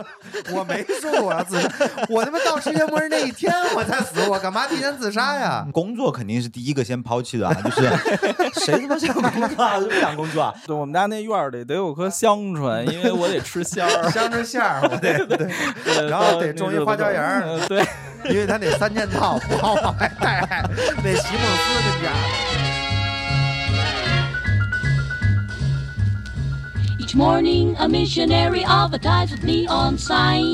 我没说我要自杀，我他妈到世界末日那一天我才死，我干嘛提前自杀呀？，工作肯定是第一个先抛弃的啊，就是谁他妈想 工作啊，谁不想工作啊？对，我们家那院儿里得有棵香椿，因为我得吃香儿香椿馅儿，我得对， 然后得种一花椒园儿嗯 对，因为他那三件套不好往外带，那席梦思那家。 Each morning, a missionary advertised with neon sign.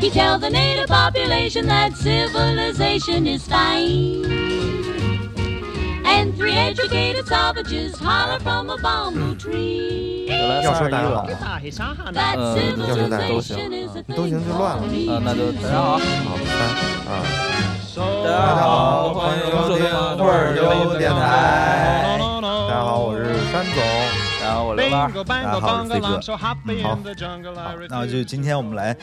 He tells the native population that civilization is fine. And three educated savages holler from a bamboo tree 原来要说三大二家一了好，咋黑啥哈呢？ that 嗯， civilization is a 都行， thing 就乱了。呃，那就大家好，好，三啊，大家好，欢迎收听味儿有电台，大家好，我是山总。然后我刘八，大家好，我是飞哥。好，那就今天我们来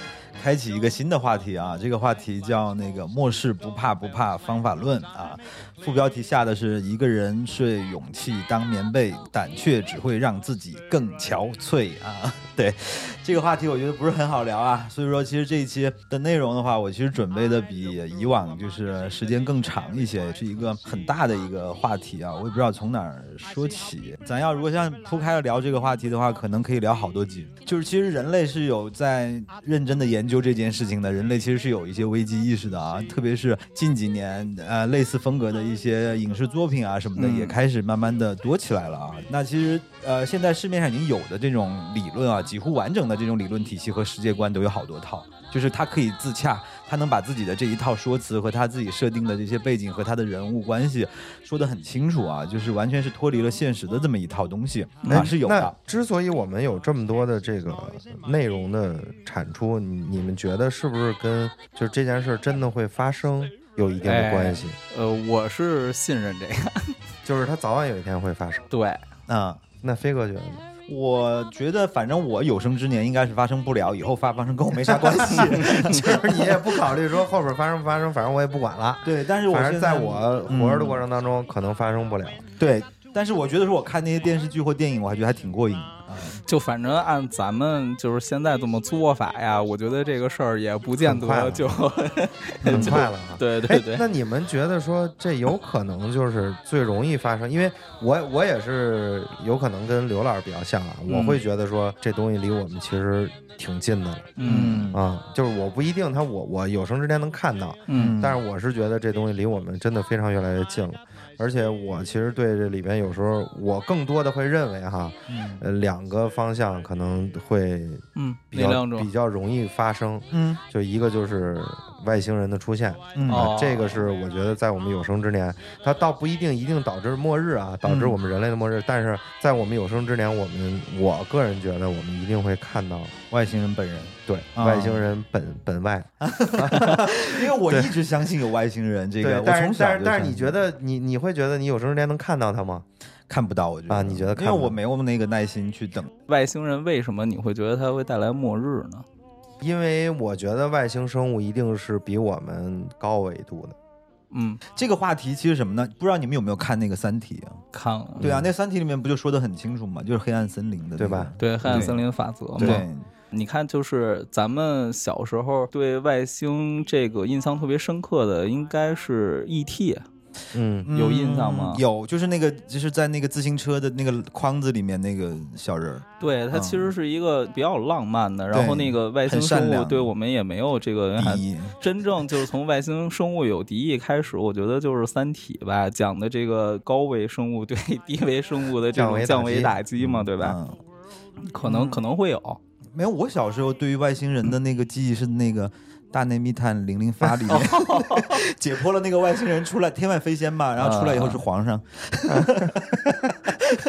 开启一个新的话题啊，这个话题叫那个“末世不怕不怕方法论”啊，副标题下的是一个人睡勇气当棉被，胆怯只会让自己更憔悴啊。对，这个话题我觉得不是很好聊啊，所以说其实这一期的内容的话，我其实准备的比以往就是时间更长一些，也是一个很大的一个话题啊，我也不知道从哪儿说起。咱要如果像铺开了聊这个话题的话，可能可以聊好多集。就是其实人类是有在认真的研究这件事情的，人类其实是有一些危机意识的啊，特别是近几年呃类似风格的一些影视作品啊什么的，嗯也开始慢慢的多起来了啊。那其实呃现在市面上已经有的这种理论啊，几乎完整的这种理论体系和世界观都有好多套，就是它可以自洽，它能把自己的这一套说辞和他自己设定的这些背景和他的人物关系说得很清楚啊，就是完全是脱离了现实的这么一套东西啊，是有那的。之所以我们有这么多的这个内容的产出，你你们觉得是不是跟就是这件事儿真的会发生有一定的关系？呃，我是信任这个，就是它早晚有一天会发生。对，嗯，那飞哥觉得呢？ 我觉得反正我有生之年应该是发生不了，以后发发生跟我没啥关系。 就是你也不考虑说后边发生不发生，反正我也不管了。对，但是我反现正在嗯在我活着的过程当中，可能发生不 了。对，但是我觉得说我看那些电视剧或电影，我还觉得还挺过瘾啊。就反正按咱们就是现在这么做法呀，我觉得这个事儿也不见很快得了就，。很快了啊对对哎对，那你们觉得说这有可能就是最容易发生？因为我我也是有可能跟刘老师比较像啊，嗯我会觉得说这东西离我们其实挺近的了嗯啊、就是我不一定他我我有生之年能看到，嗯，但是我是觉得这东西离我们真的非常越来越近了。而且我其实对这里边有时候我更多的会认为哈，嗯呃，两个方向可能会嗯，比那较两种比较容易发生，嗯就一个就是外星人的出现。嗯哦啊，这个是我觉得在我们有生之年，它倒不一定一定导致末日啊，导致嗯我们人类的末日，但是在我们有生之年，我们我个人觉得我们一定会看到外星人本人，对、啊外星人本本外。因为我一直相信有外星人这个，对，我但从是小但就是但是你相信觉得你你会觉得你有生之年能看到它吗？看不到？我觉得啊你觉得因看为不我到没有那个耐心去等。外星人为什么你会觉得它会带来末日呢？因为我觉得外星生物一定是比我们高维度的。嗯，这个话题其实什么呢？不知道你们有没有看那个《三体》啊？看了，对啊，那《三体》里面不就说的很清楚嘛，就是黑暗森林的那个，嗯对吧对黑暗森林法则嘛。对，你看，就是咱们小时候对外星这个印象特别深刻的，应该是 E.T. 嗯，有印象吗嗯有，就是那个，就是在那个自行车的那个框子里面那个小 人儿。对，它嗯其实是一个比较浪漫的，然后那个外星很善生物良对我们也没有这个第一，真正就是从外星生物有敌意开始，我觉得就是《三体》吧，讲的这个高维生物对低维生物的这种降降维维打打击嘛，对吧？嗯，可能嗯可能会有，没有，我小时候对于外星人的那个记忆是那个《大内密探零零发》里面嗯 解剖了那个外星人出来，天外飞仙嘛，然后出来以后是皇上。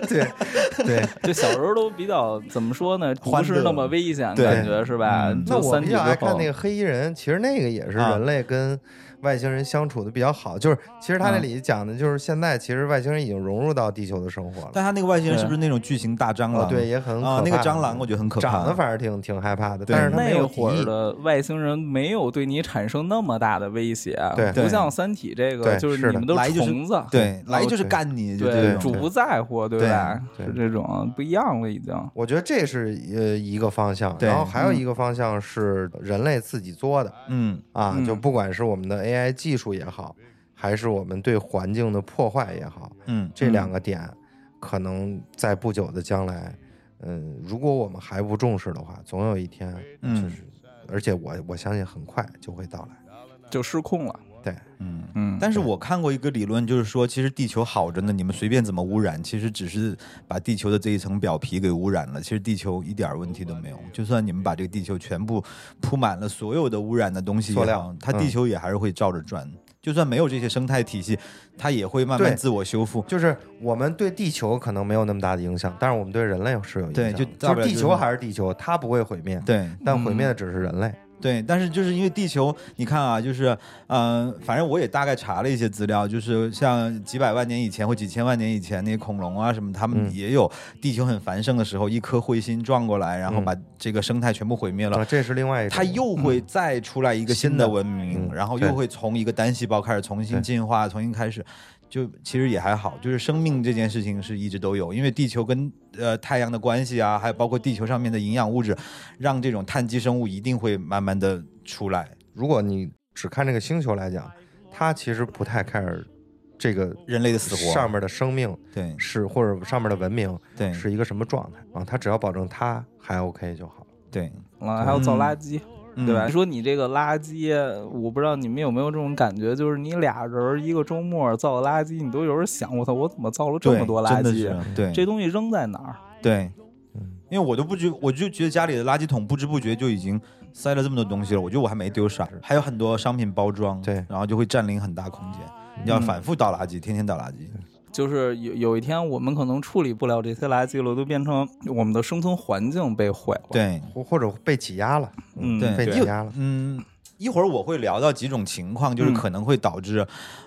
对对。就小时候都比较怎么说呢，不欢乐是那么危险，对感觉是吧？嗯就那我三比体较爱之后看那个黑衣人，其实那个也是啊人类跟外星人相处的比较好。就是其实他那嗯里讲的就是现在其实外星人已经融入到地球的生活了。但他那个外星人对是不是那种巨型大蟑哦螂？，对，也很可怕啊，那个蟑螂我觉得很可怕。长得反而挺挺害怕的，对但是他没那有会敌儿意的外星人没有对你产生那么大的威胁，啊对不对像《三体》这个，对就是是你的们都来就是虫子，对，来哦就是对干你，就这对，种主不在乎，对吧？对是对这种不一样了，已经。我觉得这是呃一个方向，对然后还有一个方向是人类自己做的嗯啊，嗯就不管是我们的 AI 技术也好，还是我们对环境的破坏也好，嗯这两个点可能在不久的将来，嗯，如果我们还不重视的话，总有一天就嗯是，而且我我相信很快就会到来。就失控了。对，嗯。嗯，但是我看过一个理论，就是说，其实地球好着呢，你们随便怎么污染，其实只是把地球的这一层表皮给污染了。其实地球一点儿问题都没有，就算你们把这个地球全部铺满了所有的污染的东西也好，塑料嗯它地球也还是会照着转。就算没有这些生态体系，它也会慢慢对自我修复。就是我们对地球可能没有那么大的影响，但是我们对人类是有影响对的。就大就不了是地就是球还是地球，它不会毁灭，对，但毁灭的嗯只是人类。对，但是就是因为地球，你看啊，就是，嗯、反正我也大概查了一些资料，就是像几百万年以前或几千万年以前那些恐龙啊什么，他们嗯也有地球很繁盛的时候，一颗彗星撞过来，然后嗯把这个生态全部毁灭了。啊，这是另外一种。它又会再出来一个新新的的文明，嗯然后对又会从一个单细胞开始重新对进化，重新开始，就其实也还好。就是生命这件事情是一直都有，因为地球跟呃太阳的关系啊，还有包括地球上面的营养物质，让这种碳基生物一定会慢慢的出来。如果你只看这个星球来讲，它其实不太 care 这个人类的死活上面的生命对是或者上面的文明对是一个什么状态啊，它只要保证它还 OK 就好。对，啊，还有造垃圾，嗯对吧？？说你这个垃圾，我不知道你们有没有这种感觉，就是你俩人儿一个周末造垃圾，你都有时候想，我操，我怎么造了这对么多垃真的圾？啊是对这东西扔在哪儿？对，嗯，因为我都不觉，我就觉得家里的垃圾桶不知不觉就已经塞了这么多东西了，我觉得我还没丢啥，还有很多商品包装，对嗯然后就会占领很大空间，你要反复倒垃圾，天天倒垃圾，就是有有一天我们可能处理不了这些垃圾了，都变成我们的生存环境被毁了。，对，或或者被挤压了，嗯对被对挤压了。嗯。一会儿我会聊到几种情况，就是嗯可能会导致，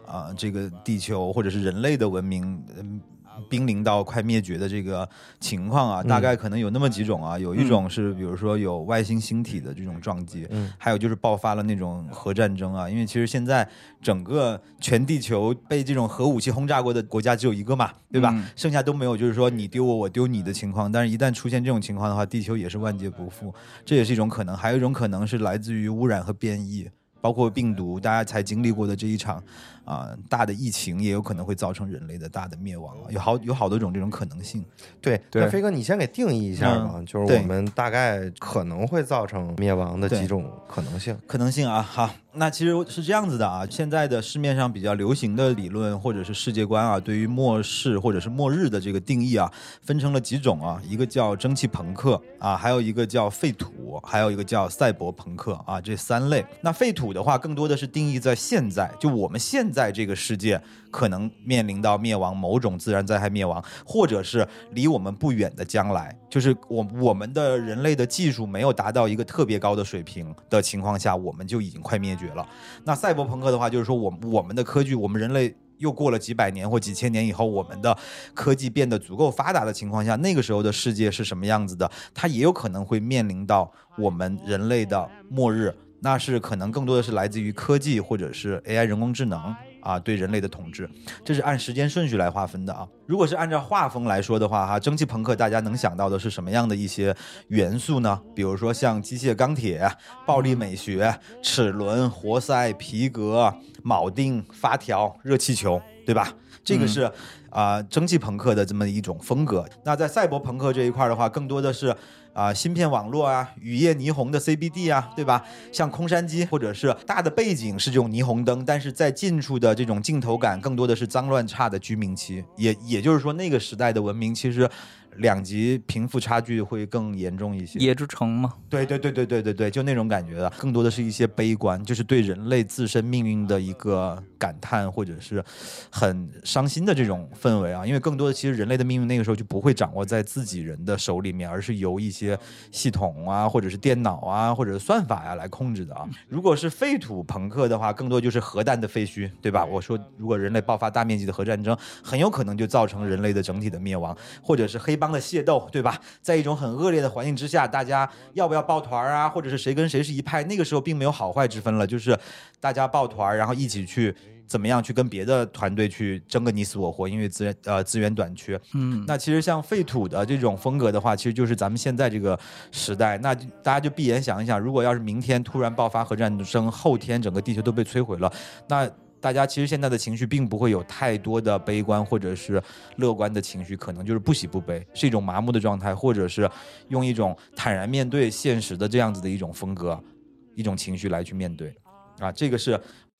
啊、这个地球或者是人类的文明，嗯，濒临到快灭绝的这个情况啊，嗯大概可能有那么几种啊，有一种是比如说有外星星体的这种撞击，嗯还有就是爆发了那种核战争啊，因为其实现在整个全地球被这种核武器轰炸过的国家只有一个嘛，对吧？嗯剩下都没有，就是说你丢我，我丢你的情况。但是，一旦出现这种情况的话，地球也是万劫不复，这也是一种可能。还有一种可能是来自于污染和变异，包括病毒，大家才经历过的这一场啊、大的疫情，也有可能会造成人类的大的灭亡啊，有好有好多种这种可能性。对，对那飞哥，你先给定义一下吧，嗯就是对我们大概可能会造成灭亡的对几种可能性。嗯可能性啊，好，那其实是这样子的啊，现在的市面上比较流行的理论或者是世界观啊，对于末世或者是末日的这个定义啊，分成了几种啊，一个叫蒸汽朋克啊，还有一个叫废土，还有一个叫赛博朋克啊，这三类。那废土的话，更多的是定义在现在，就我们现在这个世界可能面临到灭亡，某种自然灾害灭亡，或者是离我们不远的将来，就是我我们的人类的技术没有达到一个特别高的水平的情况下，我们就已经快灭绝了。那赛博朋克的话，就是说我们我们的科技，我们人类。又过了几百年或几千年以后，我们的科技变得足够发达的情况下，那个时候的世界是什么样子的？它也有可能会面临到我们人类的末日，那是可能更多的是来自于科技或者是 AI 人工智能啊对人类的统治。这是按时间顺序来划分的啊。如果是按照画风来说的话，哈，蒸汽朋克大家能想到的是什么样的一些元素呢？比如说像机械钢铁、暴力美学、齿轮、活塞、皮革、铆钉、发条、热气球，对吧？这个是啊、蒸汽朋克的这么一种风格。那在赛博朋克这一块儿的话，更多的是啊、芯片网络啊、雨夜霓虹的 CBD 啊，对吧？像空山机或者是大的背景是这种霓虹灯，但是在近处的这种镜头感更多的是脏乱差的居民区。也也就是说，那个时代的文明其实两极贫富差距会更严重一些。夜之城嘛，对对对对对对对，就那种感觉的，更多的是一些悲观，就是对人类自身命运的一个感叹，或者是很伤心的这种氛围啊。因为更多的其实人类的命运那个时候就不会掌握在自己人的手里面，而是由一些系统啊，或者是电脑啊，或者是算法呀、来控制的啊。如果是废土朋克的话，更多就是核弹的废墟，对吧？我说，如果人类爆发大面积的核战争，很有可能就造成人类的整体的灭亡，或者是黑帮的械斗，对吧？在一种很恶劣的环境之下，大家要不要抱团啊？或者是谁跟谁是一派？那个时候并没有好坏之分了，就是大家抱团，然后一起去怎么样去跟别的团队去争个你死我活，因为资源呃资源短缺。嗯，那其实像废土的这种风格的话，其实就是咱们现在这个时代。那大家就闭眼想一想，如果要是明天突然爆发核战争，后天整个地球都被摧毁了，那大家其实现在的情绪并不会有太多的悲观或者是乐观的情绪，可能就是不喜不悲，是一种麻木的状态，或者是用一种坦然面对现实的这样子的一种风格、一种情绪来去面对。啊，这个是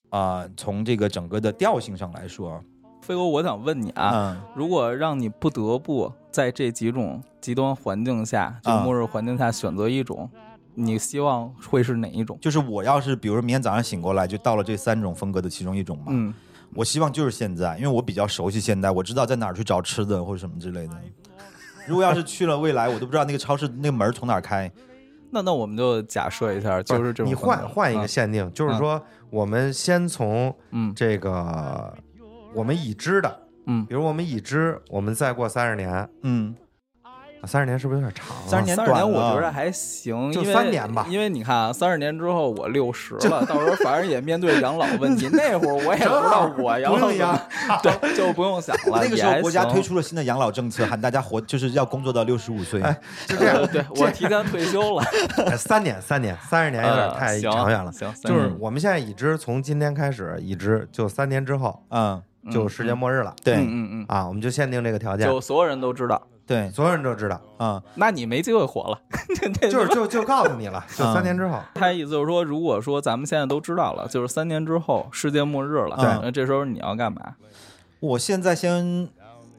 啊、呃从这个整个的调性上来说飞哥，我想问你啊，嗯如果让你不得不在这几种极端环境下，就啊末日环境下选择一种，你希望会是哪一种？嗯就是我要是比如说明天早上醒过来就到了这三种风格的其中一种嘛，嗯，我希望就是现在，因为我比较熟悉现在，我知道在哪儿去找吃的或者什么之类的。如果要是去了未来，我都不知道那个超市那个门儿从哪儿开。那那我们就假设一下，就是这种你环换境换一个啊限定，就是嗯说我们先从嗯这个我们已知的，嗯，比如我们已知，我们再过三十年，啊嗯，三十年是不是有点长啊30年啊了？三十年短我了觉得还行，就因为三年吧因为你看啊，三十年之后我六十了，到时候反正也面对养老问题。那会儿我也不知道我养老不用养， 对，就不用想了。那个时也候还国家行推，出了新的养老政策，喊大家活就是要工作到六十五岁。就这对 样，对，我提前退休了，哎三年三年三十年有点呃太行长远了。行，就三是年我们现在已知，从今天开始已知，就三年之后嗯，就世界末日了对、嗯嗯啊！我们就限定这个嗯，条件，就所有人都知道，对，所有人都知道，嗯那你没机会活了。就是就就告诉你了，就嗯三年之后。他意思就是说，如果说咱们现在都知道了，就是三年之后世界末日了，对那这时候你要干嘛？我现在先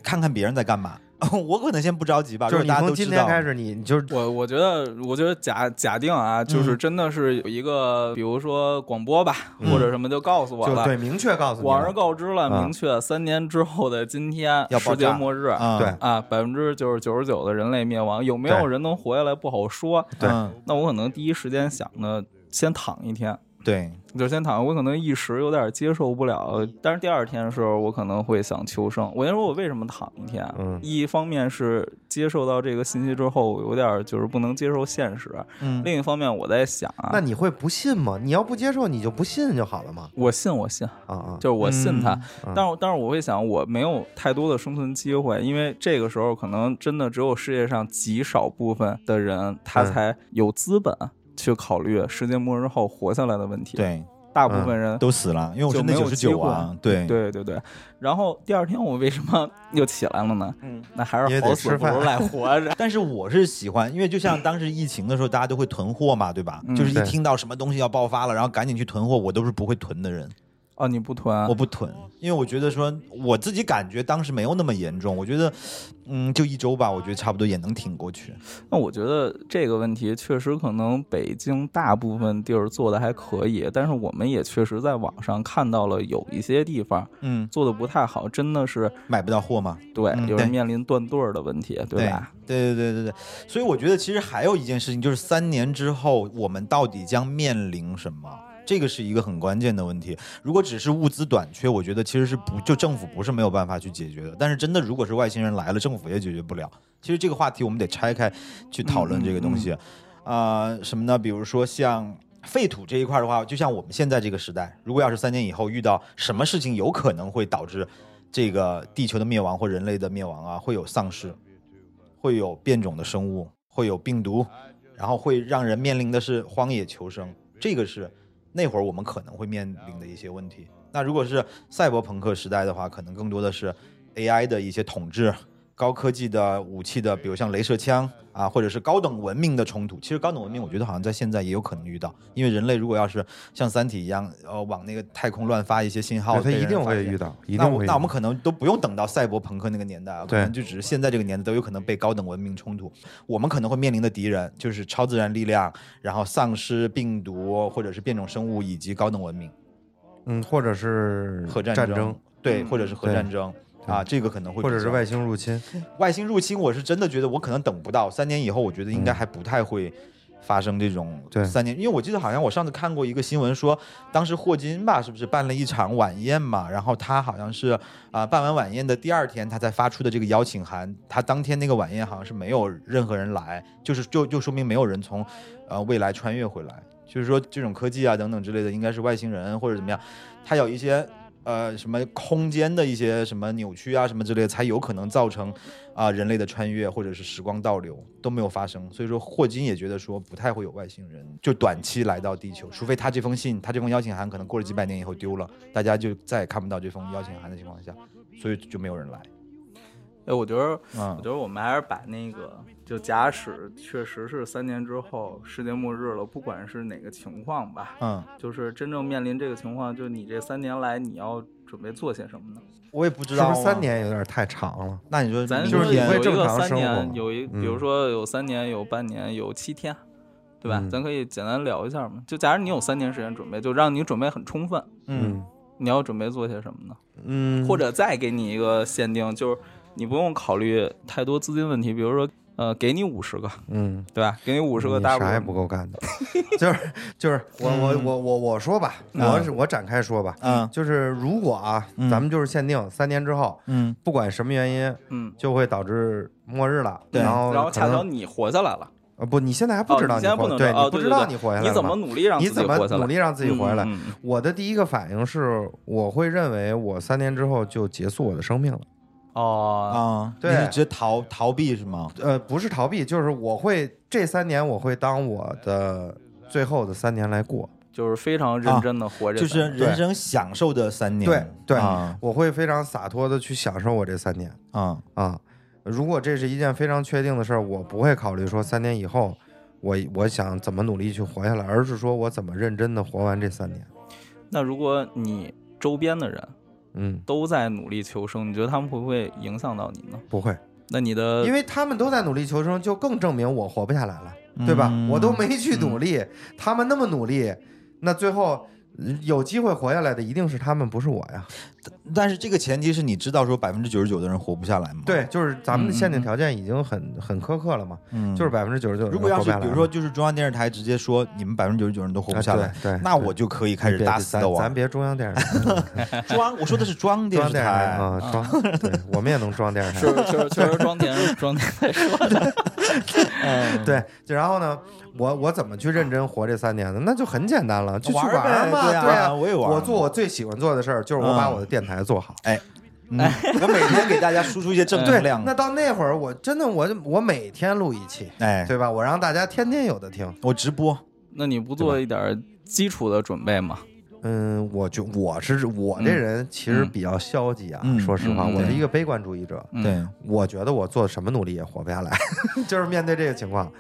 看看别人在干嘛， 我可能先不着急吧。就是如你果大家从都知今道天开，始，你你就我我觉得，我觉得假假定啊，就是真的是有一个，比如说广播吧，嗯或者什么，就告诉我就了。对明确告诉你广而了，告知了，啊明确三年之后的今天要爆世界炸末日嗯，对啊，百分之九十九十九的人类灭亡，有没有对人能活下来不好说。对嗯那我可能第一时间想的，先躺一天，对，就先躺。我可能一时有点接受不了，但是第二天的时候，我可能会想求生。我先说我为什么躺一天，嗯一方面是接受到这个信息之后，我有点就是不能接受现实；嗯另一方面，我在想那啊，你会不信吗？你要不接受，你就不信就好了嘛。我信我信，啊啊，就是我信他。嗯但是但是我会想，我没有太多的生存机会，因为这个时候可能真的只有世界上极少部分的人，他嗯才有资本去考虑世界末日后活下来的问题。，对，大部分人、都死了，因为我是就那没有九十机九会啊，对，对对对。然后第二天我为什么 又起来了呢？嗯。。那还因是为好得死吃不如饭赖活着 但是我是喜欢，因为就像当时疫情的时候，大家都会囤货嘛，对吧？嗯就是一对听到什么东西要爆发了，然后赶紧去囤货，我都是不会囤的人，哦，你不囤啊我？不囤，因为我觉得说我自己感觉当时没有那么严重，我觉得，嗯，就一周吧，我觉得差不多也能挺过去。那我觉得这个问题确实可能北京大部分地儿做的还可以，但是我们也确实在网上看到了有一些地方嗯，做的不太好，真的是买不到货嘛，对，嗯有对人面临断队儿的问题，对吧？对对对对对，所以我觉得其实还有一件事情，就是三年之后我们到底将面临什么，这个是一个很关键的问题。如果只是物资短缺，我觉得其实是不就政府不是没有办法去解决的。但是真的，如果是外星人来了，政府也解决不了。其实这个话题我们得拆开去讨论这个东西，啊、什么呢？比如说像。废土这一块的话，就像我们现在这个时代，如果要是三年以后遇到什么事情，有可能会导致这个地球的灭亡或人类的灭亡啊，会有丧尸，会有变种的生物，会有病毒，然后会让人面临的是荒野求生，这个是那会儿我们可能会面临的一些问题。那如果是赛博朋克时代的话，可能更多的是 AI 的一些统治，高科技的武器的，比如像镭射枪啊，或者是高等文明的冲突。其实高等文明，我觉得好像在现在也有可能遇到，因为人类如果要是像《三体》一样，呃，往那个太空乱发一些信号，对他一定会到。遇到，一那定我会遇那我们到。可能都不用等到赛博朋克那个年代啊，可对能就只是现在这个年代都有可能被高等文明冲突。我们可能会面临的敌人就是超自然力量，然后丧尸、病毒或者是变种生物以及高等文明嗯，或者是核战嗯争，对，或者是核对战争啊，这个可能会或者是比较外星入侵，外星入侵，我是真的觉得我可能等不到三年以后，我觉得应该还不太会发生这种对三年，因为我记得好像我上次看过一个新闻说，当时霍金吧，是不是办了一场晚宴嘛？然后他好像是啊、办完晚宴的第二天，他才发出的这个邀请函。他当天那个晚宴好像是没有任何人来，就是就就说明没有人从呃未来穿越回来，就是说这种科技啊等等之类的，应该是外星人或者怎么样，他有一些。呃，什么空间的一些什么扭曲啊，什么之类的，才有可能造成啊、人类的穿越或者是时光倒流都没有发生，所以说霍金也觉得说不太会有外星人就短期来到地球，除非他这封信，他这封邀请函可能过了几百年以后丢了，大家就再也看不到这封邀请函的情况下，所以就没有人来。哎，我觉得我嗯觉，得我们还是把那个，就假使确实是三年之后世界末日了，不管是哪个情况吧，嗯，就是真正面临这个情况，就你这三年来你要准备做些什么呢？我也不知是道不是三啊，年有点太长了？那你说咱明就是你天会有一正个常三生活年吗，有一嗯比如说有三年，有半年，有七天，对吧？嗯咱可以简单聊一下嘛。就假如你有三年时间准备，就让你准备很充分，嗯你要准备做些什么呢？嗯，或者再给你一个限定，就是你不用考虑太多资金问题，比如说呃，给你五十个，嗯，对吧？给你五五十个大啥也不不够 干的，就是就是我我我我我说吧，我是我展开说吧，嗯就是如果啊，嗯咱们就是限定三年之后，嗯不管什么原因，嗯，就会导致末日了。对然后然后哦可恰能巧你活下来了，啊不，你现在还不知道哦、你你现在活，不能对哦你不对知道你活下来对了你怎么吗努力让你自己怎么活下来？努力让自己活下来？嗯嗯嗯我的第一个反应是，我会认为我三年之后就结束我的生命了。哦，啊，对你是直接逃逃避是吗？呃，不是逃避，就是我会这三年我会当我的最后的三年来过。就是非常认真的啊活着、就是人生享受的三年，对对啊，我会非常洒脱的去享受我这三年啊，啊。如果这是一件非常确定的事儿，我不会考虑说三年以后我我想怎么努力去活下来，而是说我怎么认真的活完这三年。那如果你周边的人嗯，都在努力求生，你觉得他们会不会影响到你呢？不会，那你的因为他们都在努力求生，就更证明我活不下来了，对吧？嗯我都没去努力，他们那么努力，那最后嗯有机会活下来的一定是他们，不是我呀。但是这个前提是你知道说百分之九十九的人活不下来吗？，对，就是咱们的限定条件已经很很苛刻了嘛，嗯，就是百分之九十九。如果要是比如说就是中央电视台直接嗯说你们百分之九十九人都活不啊下来，对对那对我就可以开始别大肆的咱玩咱。别中央电视台，装，我说的是中央中电央视 电视台台，啊，装，对，我们也能装电视确台。实确实确实装 填装填在说的，嗯，对，就然后呢，我我怎么去认真活这三年呢？那就很简单了，就去玩儿儿呗嘛，对啊呀。我也玩儿我做我最喜欢做的事儿，就是我把我的电台做好。嗯，我每天给大家输出一些正对能，量那。到那会儿，我真的我我每天录一期，哎，对吧？我让大家天天有的听。我直播，那你不做一点基础的准备吗？嗯，我就我是我这人其实比较消极啊，嗯说实话，嗯嗯我是对一个悲观主义者。嗯对。我觉得我做什么努力也活不下来， 就是面对这个情况，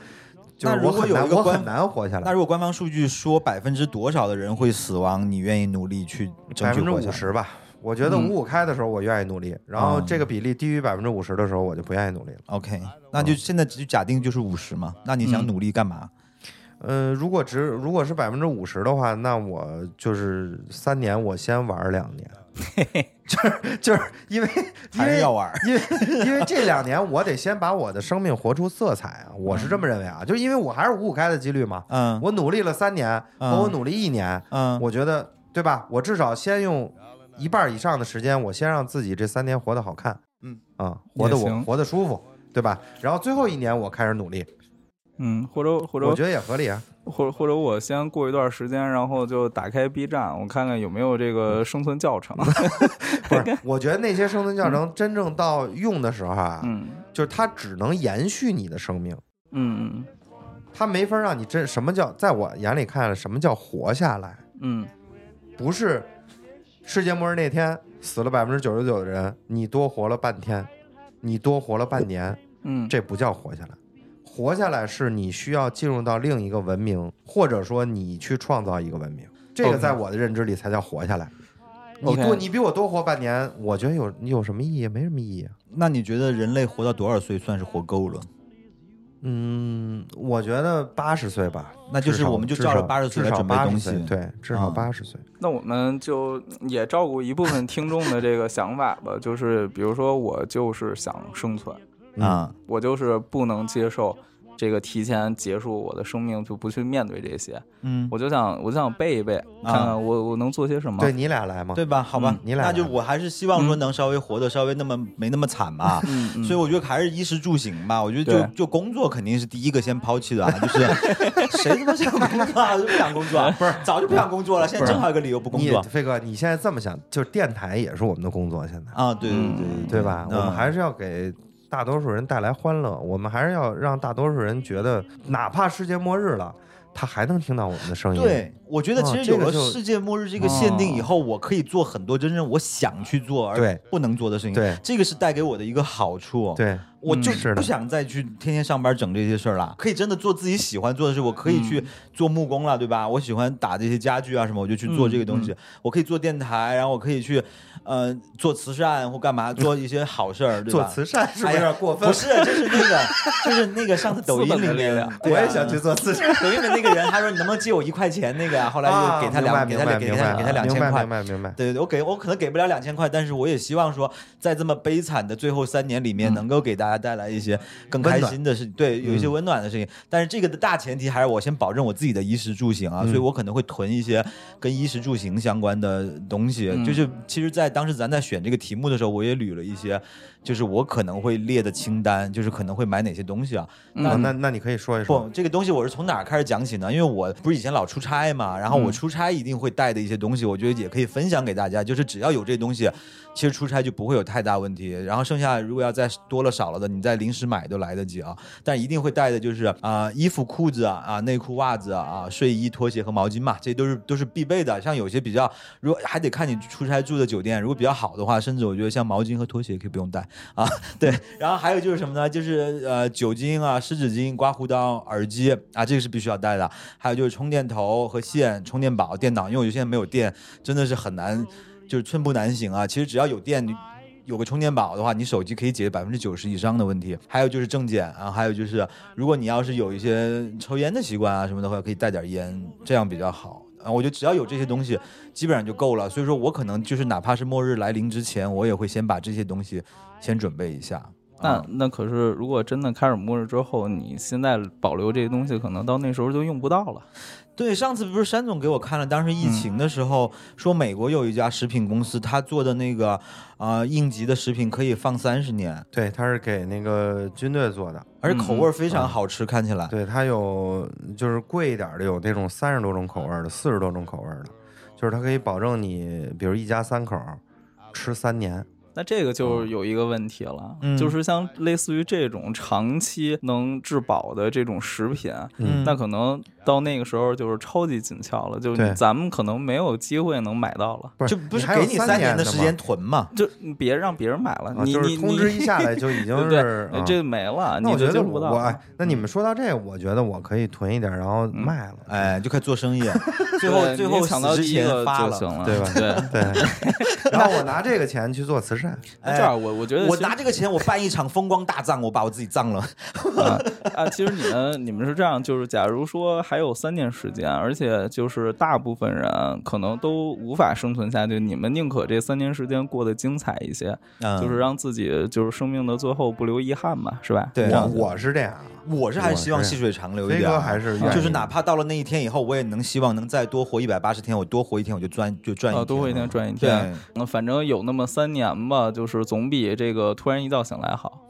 就那是如我果很有难一个我官很难活下那来，如果官方数据说百分之多少的人会死亡，你愿意努力去百争取分之活下五来？十吧。我觉得嗯五五开的时候我愿意努力，然后啊这个比例低于百分之五十的时候我就不愿意努力了。 OK，那就现在就假定就是五十嘛。那你想嗯努力干嘛？嗯，如果只如果是百分之五十的话，那我就是三年，我先玩儿两年，就是就是因为因还是为要玩儿？因为 因为这两年我得先把我的生命活出色彩啊，我是这么认为啊，就是因为我还是五五开的几率嘛，嗯我努力了三年和嗯我努力一年，嗯，我觉得对吧？我至少先用一半以上的时间，我先让自己这三年活得好看，嗯啊，也活得我行活得舒服，对吧？然后最后一年我开始努力，嗯，或者或者我觉得也合 理啊。或或者我先过一段时间，然后就打开 B 站，我看看有没有这个生存教程。不是，我觉得那些生存嗯教程真正到用的时候啊，嗯就是它只能延续你的生命，嗯它没法让你真什么叫，在我眼里看，什么叫活下来？嗯不是世界末日那天死了百分之九十九的人，你多活了半天，你多活了半年，嗯，这不叫活下来。活下来是你需要进入到另一个文明，或者说你去创造一个文明，这哦个 OK 在我的认知里才叫活下来。你 OK 多，你比我多活半年，我觉得有有什么意义？没什么意义啊。那你觉得人类活到多少岁算是活够了？嗯，我觉得八十岁吧，那就是至少我们就至照着少80岁至来少准备80东岁西对，至少啊八十岁。那我们就也照顾一部分听众的这个想法吧，就是比如说我就是想生存，嗯啊，我就是不能接受这个提前结束我的生命，就不去面对这些。嗯，我就想，我就想背一背，看看我我能做些什么。对你俩来嘛，啊对吧？好吧，嗯你俩嗯那就来我还是希望说能稍微活得稍微那么没那么惨 吧。嗯嗯所以我觉得还是衣食住行吧。我觉得对就就工作肯定是第一个先抛弃的啊，就是 谁他妈想工作啊？就不想工作啊，不是早就不想工作了，现在正好有个理由不工你作飞哥，你现在这么想，就是电台也是我们的工作，现在啊。对对对对对吧？嗯我们还是要给大多数人带来欢乐，我们还是要让大多数人觉得，哪怕世界末日了，他还能听到我们的声音。对，我觉得其啊实这有个了就哦世界末日这个限定以后，我可以做很多真正我想去做而对不能做的事情。对这个是带给我的一个好处。，对我就是嗯的不想再去天天上班整这些事儿了，可以真的做自己喜欢做的事。我可以嗯去做木工了，对吧？我喜欢打这些家具啊什么，我就去做这个东嗯西。我可以做电台，然后我可以去，呃，做慈善或干嘛，做一些好事儿，对吧？做慈善是不哎是有呀点过分？不是，就是那个，就是那个 上次抖音里资本的力面量，对我啊也想去做慈善。抖音里那个人，他说你能不能借我一块钱？那个啊，后来就给他两，啊给明他白两，给明他白给他两明千白块明。白明白。对对对，我给我可能给不了两千块，但是我也希望说，在这么悲惨的最后三年里面，能够给大家带来一些更开心的事情，对，有一些温暖的事情。但是这个的大前提还是我先保证我自己的衣食住行啊，所以我可能会囤一些跟衣食住行相关的东西。就是其实，在当时咱在选这个题目的时候，我也捋了一些，就是我可能会列的清单，就是可能会买哪些东西啊。嗯那那那你可以说一不说，，这个东西我是从哪儿开始讲起呢？因为我不是以前老出差嘛，然后我出差一定会带的一些东西，我觉得也可以分享给大家。就是只要有这东西，其实出差就不会有太大问题。然后剩下如果要再多了少了的，你再临时买都来得及啊。但一定会带的就是啊、衣服、裤子啊、啊内裤、袜子啊、啊睡衣、拖鞋和毛巾嘛，这都是都是必备的。像有些比较，如果还得看你出差住的酒店，如果比较好的话，甚至我觉得像毛巾和拖鞋可以不用带啊。 对，然后还有就是什么呢？就是呃酒精啊、湿纸巾、刮胡刀、耳机啊，这个是必须要带的。还有就是充电头和线、充电宝、电脑，因为我现在没有电，真的是很难，就是寸步难行啊。其实只要有电，你有个充电宝的话，你手机可以解决百分之九十以上的问题。还有就是证件啊，还有就是如果你要是有一些抽烟的习惯啊什么的话，可以带点烟，这样比较好。啊，我觉得只要有这些东西，基本上就够了。所以说我可能就是哪怕是末日来临之前，我也会先把这些东西先准备一下。那啊那可是，如果真的开始末日之后，你现在保留这些东西，可能到那时候就用不到了。对，上次不是山总给我看了，当时疫嗯情的时候、说美国有一家食品公司，他做的那个呃应急的食品可以放三十年，对，他是给那个军队做的，而且嗯口味儿非啊常好吃，看起来。对，它有就是贵一点儿的，有那种三十多种口味儿的，四十多种口味儿的，就是它可以保证你，比如一家三口儿吃三年。那这个就是有一个问题了，哦嗯就是像类似于这种长期能质保的这种食品，啊嗯那可能到那个时候就是超级紧俏了，就是对你咱们可能没有机会能买到了。不是，就不是还有给你三三年的时吗间，囤嘛？就你别让别人买了，啊你就是你通知一下 来就已经对是不对？啊这没了，那我你就觉接得触不我到我了哎，那你们说到这个，我觉得我可以囤一点儿，然后卖了，哎，就快做生意， 最对后最你后抢到死之第一前个发就了行。了， 对吧对，对，然后我拿这个钱去做慈善，那这样我我觉得我其实拿这个钱，我办一场风光大葬，我把我自己葬了。啊啊！其实你们你们是这样，就是假如说还有三年时间，而且就是大部分人可能都无法生存下去，你们宁可这三年时间过得精彩一些，嗯 就是让自己就是生命的最后不留遗憾嘛，是吧？对我啊我 是这样啊，我是还是希望细水长流一点飞啊，哥还是愿意就是哪怕到了那一天以后，我也能希望能再多活一百八十天，我多活一天我就赚就赚一啊，天，多活一天赚一天，嗯，反正有那么三年吧，就是总比这个突然一觉醒来好。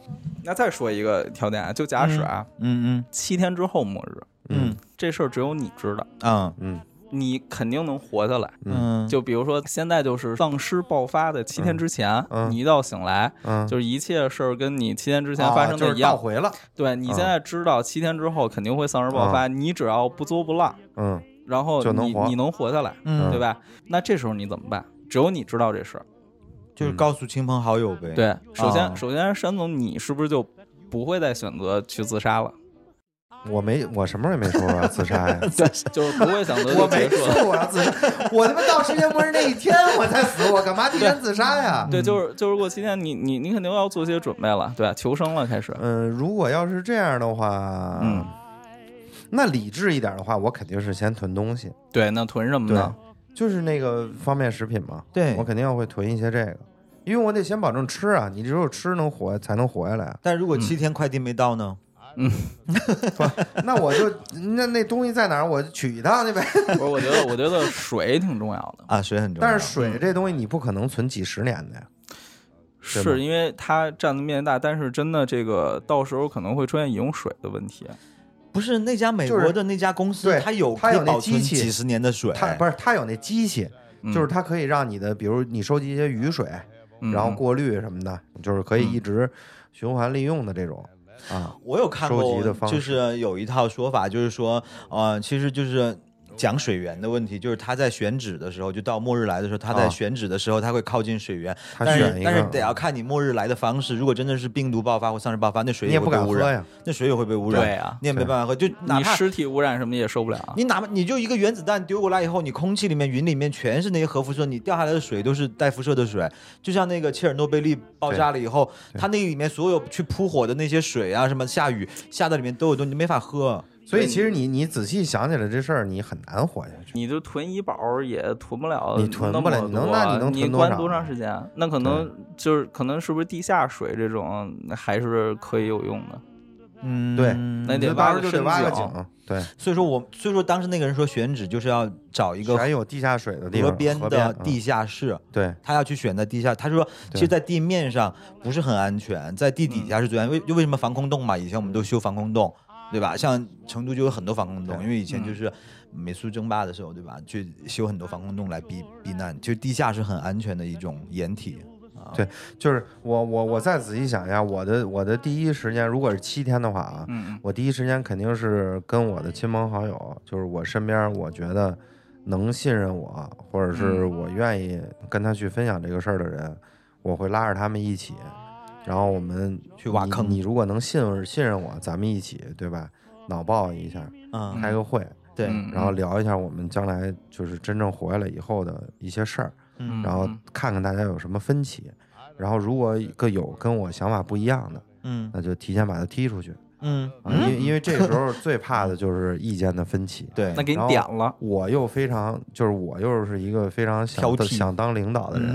那再说一个条件啊，就假使啊，嗯七天之后末日，嗯这事儿只有你知道，嗯嗯嗯，你肯定能活下来。嗯，就比如说，现在就是丧尸爆发的七天之前，嗯你一觉醒来，嗯就是一切事儿跟你七天之前啊发生就的是嗯一样。倒回了，对你现在知道七天之后肯定会丧尸爆发，你只要不作不浪，嗯，然后就能你活你能活下来，嗯对吧？那这时候你怎么办？只有你知道这事儿。就是告诉亲朋好友呗。对，首先、啊首先，山总，你是不是就不会再选择去自杀了？我没我什么时候也没说我要自杀 呀。就是不会想择我就没结束了。说我要自杀，我他妈到世界末日那一天我才死，我干嘛提前自杀呀？对，就是就是过七天，你你你肯定要做些准备了，对吧？求生了，开始。 嗯，如果要是这样的话，嗯，那理智一点的话，我肯定是先囤东西，对，那囤什么对呢？，就是那个方便食品嘛，对我肯定要会囤一些这个，因为我得先保证吃啊，你只有吃能活才能活下来啊。但如果七天快递没到呢？嗯， 那我就那那东西在哪儿，我就取一趟去呗。不是，我觉得我觉得水挺重要 的，啊，水很重要。但是水这东西你不可能存几十年的呀。是吗是因为它占的面积大，但是真的这个到时候可能会出现饮用水的问题。不是那家美就是国的那家公司，对它有它可以有那保存机器几十年的水，它不是它有那机器，嗯就是它可以让你的，比如你收集一些雨水，嗯然后过滤什么的，就是可嗯以一直循环利用的这种啊。我有看收过集的，方式就是有一套说法，就是说，呃，其实就是讲水源的问题，就是他在选址的时候，就到末日来的时候，他在啊选址的时候，他会靠近水源，他但选是一但是个得要看你末日来的方式。如果真的是病毒爆发或丧尸爆发，那水你也会不被敢污喝染，呀，那水也会被污染，对啊你也没对办法喝，就哪你怕。尸体污染什么也受不了啊。你哪怕你就一个原子弹丢过来以后，你空气里面、云里面全是那些核辐射，你掉下来的水都是带辐射的水。就像那个切尔诺贝利爆炸了以后，它那里面所有去扑火的那些水啊，什么下雨下到里面都有东西，你没法喝。所以其实你你仔细想起来这事儿，你很难活下去。你就囤医保也囤不了那么多，你囤不了你能那你能囤多关少多啊长时间啊？那可能就是可能是不是地下水这种还是可以有用的？嗯对那你得就挖个到时候就得深挖个井井，对，所以说我所以说当时那个人说选址就是要找一个选有地下水的地方，河河边的啊地下室。对，他要去选在地下，他说，其实，在地面上不是很安全，在地底下是最安全。嗯为、就为什么防空洞嘛？以前我们都修防空洞，对吧？像成都就有很多防空洞，对因为以前就是美苏争霸的时候，对吧？去修很多防空洞来避避难，其实地下是很安全的一种掩体。啊、对就是我我我再仔细想一下，我的我的第一时间，如果是七天的话啊，嗯，我第一时间肯定是跟我的亲朋好友，就是我身边我觉得能信任我，或者嗯是我愿意跟他去分享这个事儿的人，我会拉着他们一起，然后我们去挖你坑你如果能信任信任我，咱们一起对吧？脑爆一下，嗯，开个会，对，嗯然后聊一下我们将来就是真正活下来以后的一些事儿，嗯然后嗯看看大家有什么分歧，然后如果各有跟我想法不一样的，嗯那就提前把他踢出去。嗯啊，因为因为这时候最怕的就是意见的分歧。对，那给你然后点了，我又非常就是我又是一个非常想挑剔嗯想当领导的人，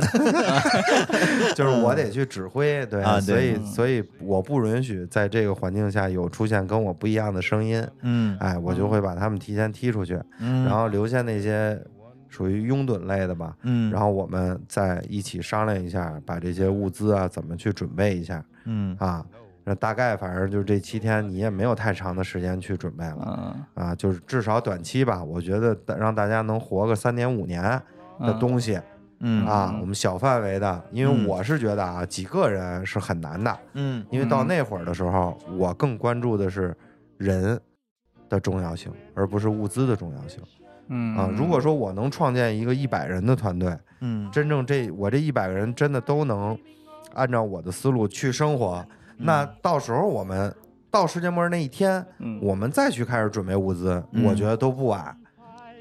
就是我得去指挥，对，啊对所以所以我不允许在这个环境下有出现跟我不一样的声音，嗯哎，我就会把他们提前踢出去，嗯，然后留下那些属于拥趸类的吧，嗯，然后后我们再一起商量一下，把这些物资啊怎么去准备一下，嗯啊，那大概反正就是这七天，你也没有太长的时间去准备了嗯，啊，就是至少短期吧，我觉得大让大家能活个三年五年的嗯东西、嗯啊，我们小范围的，因为嗯我是觉得啊，几个人是很难的，嗯因为到嗯那会儿的时候，我更关注的是人。的重要性，而不是物资的重要性嗯啊！如果说我能创建一个一百人的团队，嗯，真正这我这一百个人真的都能按照我的思路去生活，那到时候我们到世界末日那一天，嗯我们再去开始准备物资，嗯我觉得都不晚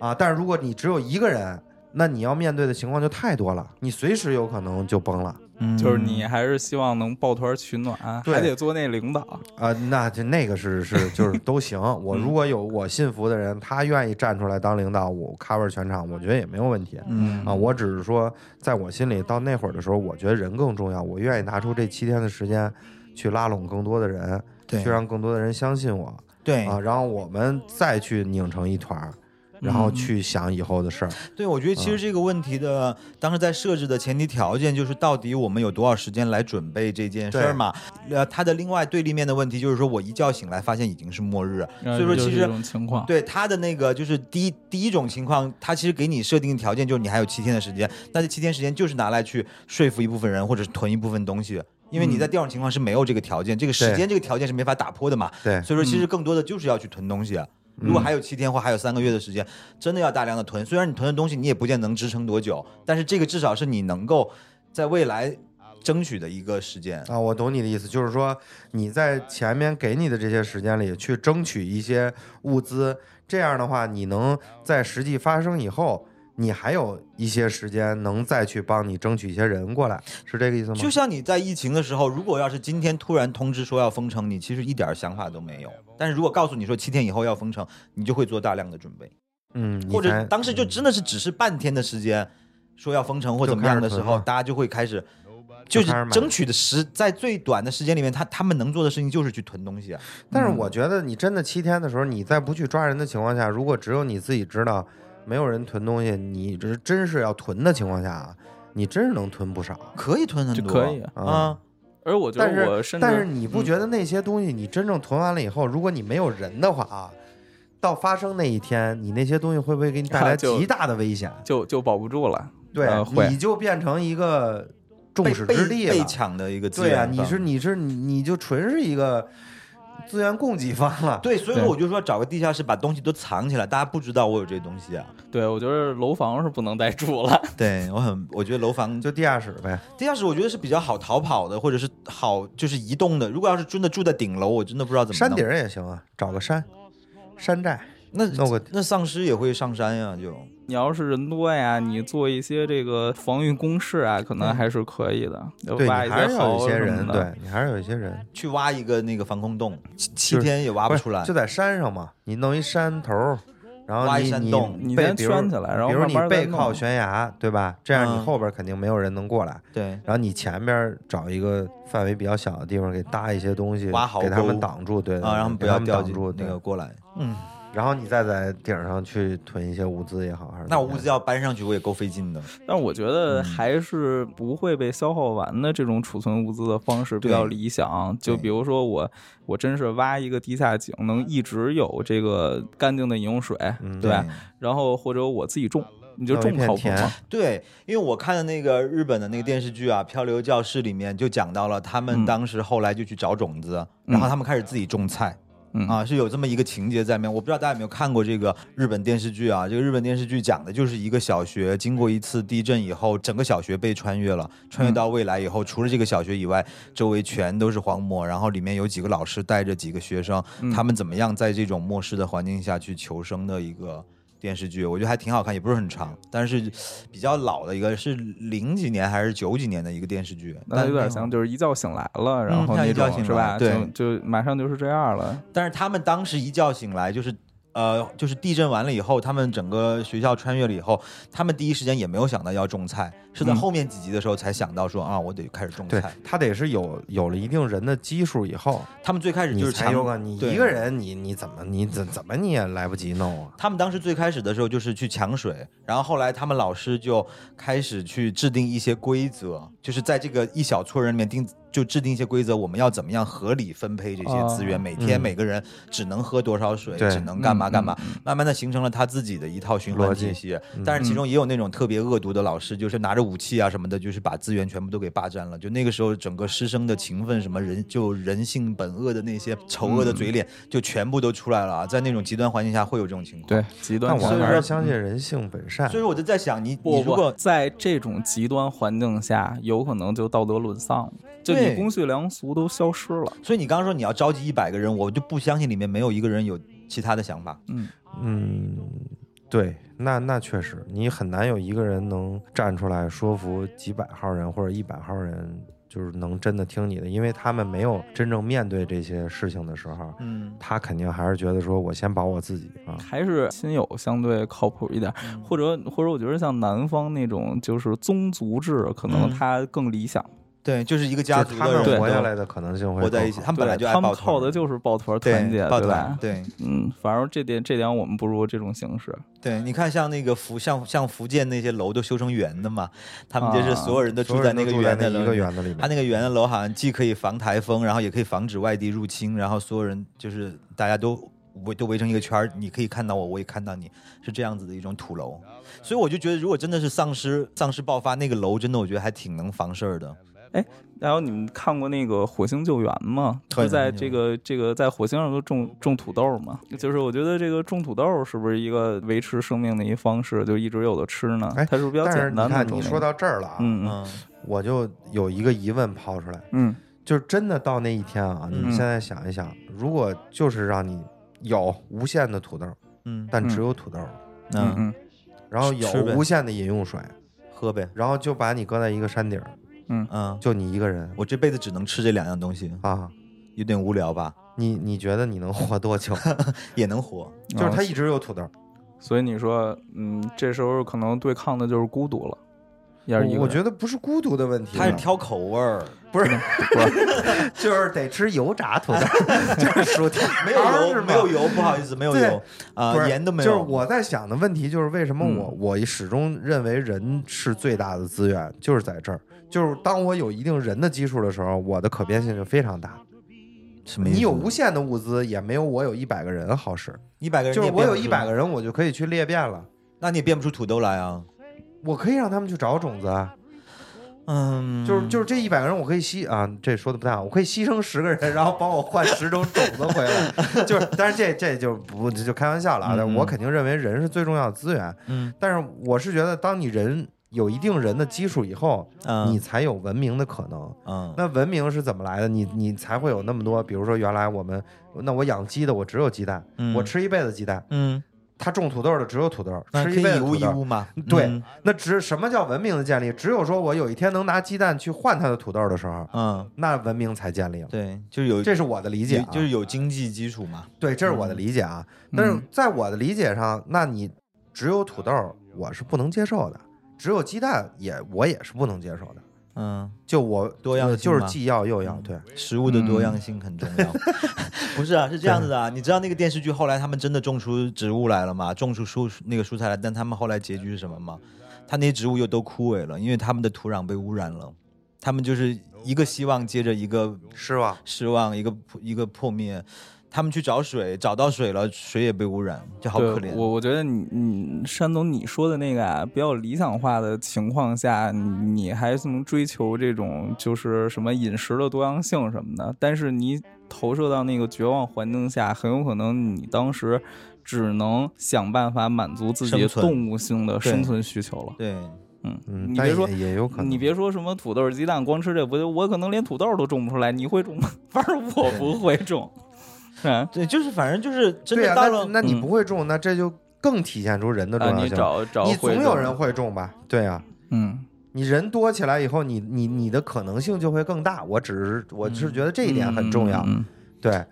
啊。但是如果你只有一个人，那你要面对的情况就太多了，你随时有可能就崩了嗯就是你还是希望能抱团取暖，对还得做那领导，啊、那就那个是是就是都行。我如果有我信服的人，他愿意站出来当领导，我 cover 全场，我觉得也没有问题。嗯啊，我只是说，在我心里，到那会儿的时候，我觉得人更重要，我愿意拿出这七天的时间去拉拢更多的人，对去让更多的人相信我对啊，然后我们再去拧成一团儿，然嗯后去想以后的事儿。对，我觉得其实这个问题的、当时在设置的前提条件就是，到底我们有多少时间来准备这件事儿嘛？呃，它的另外对立面的问题就是说，我一觉醒来发现已经是末日，所以说就其是这实。种情况，对它的那个就是第一第一种情况，它其实给你设定的条件就是你还有七天的时间，那这七天时间就是拿来去说服一部分人或者是囤一部分东西，因为你在第二种情况是没有这个条件，这个时对间这个条件是没法打破的嘛。对，所以说，其实更多的就是要去囤东西。啊如果还有七天或还有三个月的时间，真的要大量的囤。虽然你囤的东西你也不见能支撑多久，但是这个至少是你能够在未来争取的一个时间。啊，我懂你的意思，就是说你在前面给你的这些时间里去争取一些物资，这样的话，你能在实际发生以后。你还有一些时间能再去帮你争取一些人过来，是这个意思吗？就像你在疫情的时候，如果要是今天突然通知说要封城，你其实一点儿想法都没有。但是如果告诉你说七天以后要封城，你就会做大量的准备，嗯，你或者才当时就嗯真的是只是半天的时间，说要封城或就怎么样开始的时囤候，了大家就会开始就是开始买争取的时在最短的时间里面，他他们能做的事情就是去囤东西啊。但是我觉得你真的七天的时候，你在不去抓人的情况下，如果只有你自己知道，没有人囤东西，你这真是要囤的情况下啊，你真是能囤不少可以囤很就多，可以。啊啊。而我觉但得我是甚至，但是你不觉得那些东西你真正囤完了以后，如果你没有人的话啊，到发生那一天，你那些东西会不会给你带啊来就极大的危险？就就保不住了？对呃，会你就变成一个众被矢被之的被了。抢的一个资对啊，源你方是你是你你就纯是一个资源供给方了。对，所以对说我就说找个地下室把东西都藏起来，大家不知道我有这东西啊。对，我觉得楼房是不能再住了。对我很，我觉得楼房就地下室呗，地下室我觉得是比较好逃跑的，或者是好就是移动的。如果要是真的住在顶楼，我真的不知道怎么山弄顶儿也行啊，找个山，山寨那弄个那丧尸也会上山呀、就你要是人多呀，你做一些这个防御工事啊，可能还是可以的。就对，挖一你还是有壕一些什么人，的，对你还是有一些人去挖一个那个防空洞，七就七是天也挖不不是出来。就在山上嘛，你弄一山头儿，然后挖一你山你洞你背先比如圈起来然后比如慢你慢再背弄靠悬崖，对吧？这样你嗯后边肯定没有人能过来，对，然后你前边找一个范围比较小的地方给搭一些东西，挖壕给他们沟挡住，对，对啊，让他对们不给要们掉挡进住那对个过来。嗯，然后你再在顶上去囤一些物资也好，还是那怎么物样资要搬上去，我也够费劲的。但我觉得嗯还是不会被消耗完的这种储存物资的方式比较对理想。就对比如说我，我真是挖一个地下井，能一直有这个干净的饮用水，嗯对吧？然后或者我自己种，你就弄一种片靠谱田吗？对，因为我看的那个日本的那个电视剧啊，《漂流教室》里面就讲到了，他嗯们当时后来就去找种子，然后他们开始自己种菜。嗯啊，是有这么一个情节在里面，我不知道大家有没有看过这个日本电视剧啊？这个日本电视剧讲的就是一个小学经过一次地震以后，整个小学被穿越了，穿嗯越到未来以后，除了这个小学以外，周围全都是荒漠，然后里面有几个老师带着几个学生，嗯嗯他们怎么样在这种末世的环境下去求生的一个。电视剧我觉得还挺好看，也不是很长，但是比较老的一个是零几年还是九几年的一个电视剧，嗯那有但点像，就是一觉醒来了，然后像那一觉种醒是吧？来对就就马上就是这样了。但是他们当时一觉醒来，就是呃，就是地震完了以后，他们整个学校穿越了以后，他们第一时间也没有想到要种菜，是在嗯后面几集的时候才想到说、啊，我得开始种对菜。，他得是有有了一定人的基数以后，他们最开始就你是才有个啊强，你对一个。人你你怎么你怎怎么你也来不及弄啊？他们当时最开始的时候就是去抢水，然后后来他们老师就开始去制定一些规则，就是在这个一小撮人里面定就制定一些规则，我们要怎么样合理分配这些资源，哦每天嗯每个人只能喝多少水，对只能干嘛嗯干嘛，慢慢的形成了他自己的一套循逻环辑体系。但是其中也有那种特别恶毒的老师，就是拿着武器啊什么的，就是把资源全部都给霸占了。就那个时候，整个师生的情分什么人，就人性本恶的那些丑恶的嘴脸，就全部都出来了嗯啊！在那种极端环境下，会有这种情况。对，极端但我情况还是相信人性本善嗯所。以我就在想，你不你如不，果在这种极端环境下，有可能就道德沦丧了，就你对公序良俗都消失了。所以你刚刚说你要召集一百个人，我就不相信里面没有一个人有其他的想法。嗯，对，那那确实，你很难有一个人能站出来说服几百号人或者一百号人，就是能真的听你的，因为他们没有真正面对这些事情的时候，嗯，他肯定还是觉得说我先保我自己啊。还是亲友相对靠谱一点，嗯或者或者我觉得像南方那种就是宗族制，可能嗯它更理想。对，就是一个就家是族他的们人活下都来的可能性会活在更一起，好他们本来就对爱他抱们靠团的就是抱团团结，对抱团吧？，对。嗯，反正这点这点我们不如这种形式。对，你看像那个福，像像福建那些楼都修成圆的嘛，他们就是啊所有人都所住有在人那都个住在圆那的楼一里个面圆的里面它。那个圆的楼好像既可以防台风，然后也可以防止外地入侵，然后所有人就是大家都围都围成一个圈儿，你可以看到我，我也看到你，是这样子的一种土楼。所以我就觉得，如果真的是丧尸丧尸爆发，那个楼真的我觉得还挺能防事儿的。然后你们看过那个《火星救援》吗？看就在看这个这个在火星上都种种土豆嘛，就是我觉得这个种土豆是不是一个维持生命的一方式，就一直有的吃呢？哎它是不是比较但是简你单的看，种你类说，到这儿了啊，嗯嗯嗯，我就有一个疑问抛出来，嗯，就是真的到那一天啊，你们嗯现在想一想，如果就是让你有无限的土豆，嗯但只有土豆，嗯嗯，嗯然后有吃呗无限的饮用水，喝呗，然后就把你搁在一个山顶儿，嗯，就你一个人我这辈子只能吃这两样东西，啊，有点无聊吧，你你觉得你能活 多久？也能活。哦啊就是它一直有土豆，所以你说，嗯，这时候可能对抗的就是孤独了。要是一个人我觉得不是孤独的问题，他是挑口味儿，不是就是得吃油炸土豆， 就是薯条，没 有当然是油，没有嘛油，不好意思，没有对油不啊，是盐都没有。就是我在想的问题就是为什么我、嗯我始终认为人是最大的资源，就是在这儿，就是当我有一定人的基础的时候，我的可变性就非常大。什么意思？你有无限的物资，也没有我有一百个人好使。一百个人，就是我有一百个人，人，我就可以去裂变了，那你也变不出土豆来啊。我可以让他们去找种子啊。嗯，就是就是这一百个人，我可以牺啊，这说的不太好，我可以牺牲十个人，然后帮我换十种种子回来。 就是，但是这这就不这就开玩笑了啊！但嗯我肯定认为人是最重要的资源，嗯但是我是觉得，当你人有一定人的基础以后，嗯你才有文明的可能。嗯那文明是怎么来的？你你才会有那么多，比如说原来我们，那我养鸡的，我只有鸡蛋，嗯我吃一辈子鸡蛋；嗯，他种土豆的只有土豆，那吃可一辈以子以物土易豆。物嘛。对，嗯那只什么叫文明的建立？只有说我有一天能拿鸡蛋去换他的土豆的时候，嗯，那文明才建立了。对，就是有这是我的理解、有啊，就是嗯有经济基础嘛。对，这是我的理解啊。但嗯是在我的理解上，那你只有土豆，我是不能接受的；只有鸡蛋也，我也是不能接受的。嗯，就我多样性嘛就是既要又要，对，食物的多嗯样性很重 要。不是啊，是这样子的啊。你知道那个电视剧后来他们真的种出植物来了吗？种出蔬那个蔬菜来，但他们后来结局是什么吗？他那些植物又都枯萎了，因为他们的土壤被污染了。他们就是一个希望接着一个失望。失望，一个破一个破灭。他们去找水，找到水了，水也被污染，就好对可怜。我我觉得你你山东你说的那个啊，比较理想化的情况下，你你还能追求这种就是什么饮食的多样性什么的，但是你投射到那个绝望环境下，很有可能你当时只能想办法满足自己生存动物性的对生存需求了。对，嗯嗯，你但别说也。也有可能，你别说什么土豆、鸡蛋，光吃这不就我可能连土豆都种不出来，你会种吗？反正我不会种，是 吧对，就是反正就是真对的呀、到了，那那你嗯不会种，那这就更体现出人的重啊，要你性。找找你会总有种人会种吧？对呀、嗯，你人多起来以后，你你你的可能性就会更大。我只是我是觉得这一点很重要。嗯嗯嗯嗯对，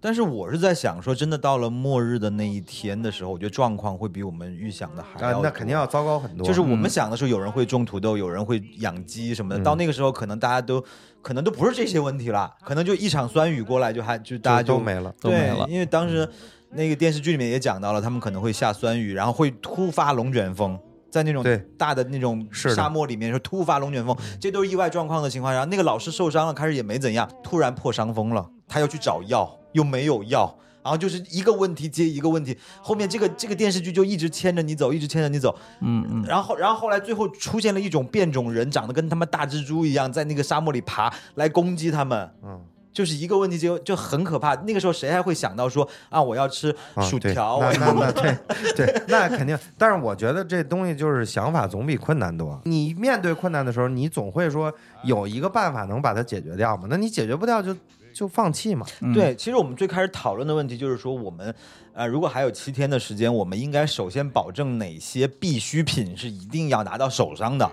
但是我是在想说，真的到了末日的那一天的时候，我觉得状况会比我们预想的还要、啊，那肯定要。糟糕很多。就是我们想的时候，有人会种土豆，有人会养鸡什么的。嗯到那个时候，可能大家都可能都不是这些问题了，可能就一场酸雨过来，就还就大家就就都没了。都没对了，因为当时那个电视剧里面也讲到了，他们可能会下酸雨，然后会突发龙卷风，在那种对大的那种是的沙漠里面说突发龙卷风，这都是意外状况的情况。然后那个老师受伤了，开始也没怎样，突然破伤风了，他要去找药，又没有药。然后就是一个问题接一个问题，后面这个这个电视剧就一直牵着你走，一直牵着你走，嗯嗯，然后，然后后来最后出现了一种变种人，长得跟他们大蜘蛛一样，在那个沙漠里爬来攻击他们。嗯，就是一个问题就就很可怕。那个时候谁还会想到说啊，我要吃啊薯对条，我那那要那对 对，那肯定。但是我觉得这东西就是想法总比困难多。你面对困难的时候，你总会说有一个办法能把它解决掉嘛？那你解决不掉就就放弃嘛？嗯对，其实我们最开始讨论的问题就是说，我们呃，如果还有七天的时间，我们应该首先保证哪些必需品是一定要拿到手上的，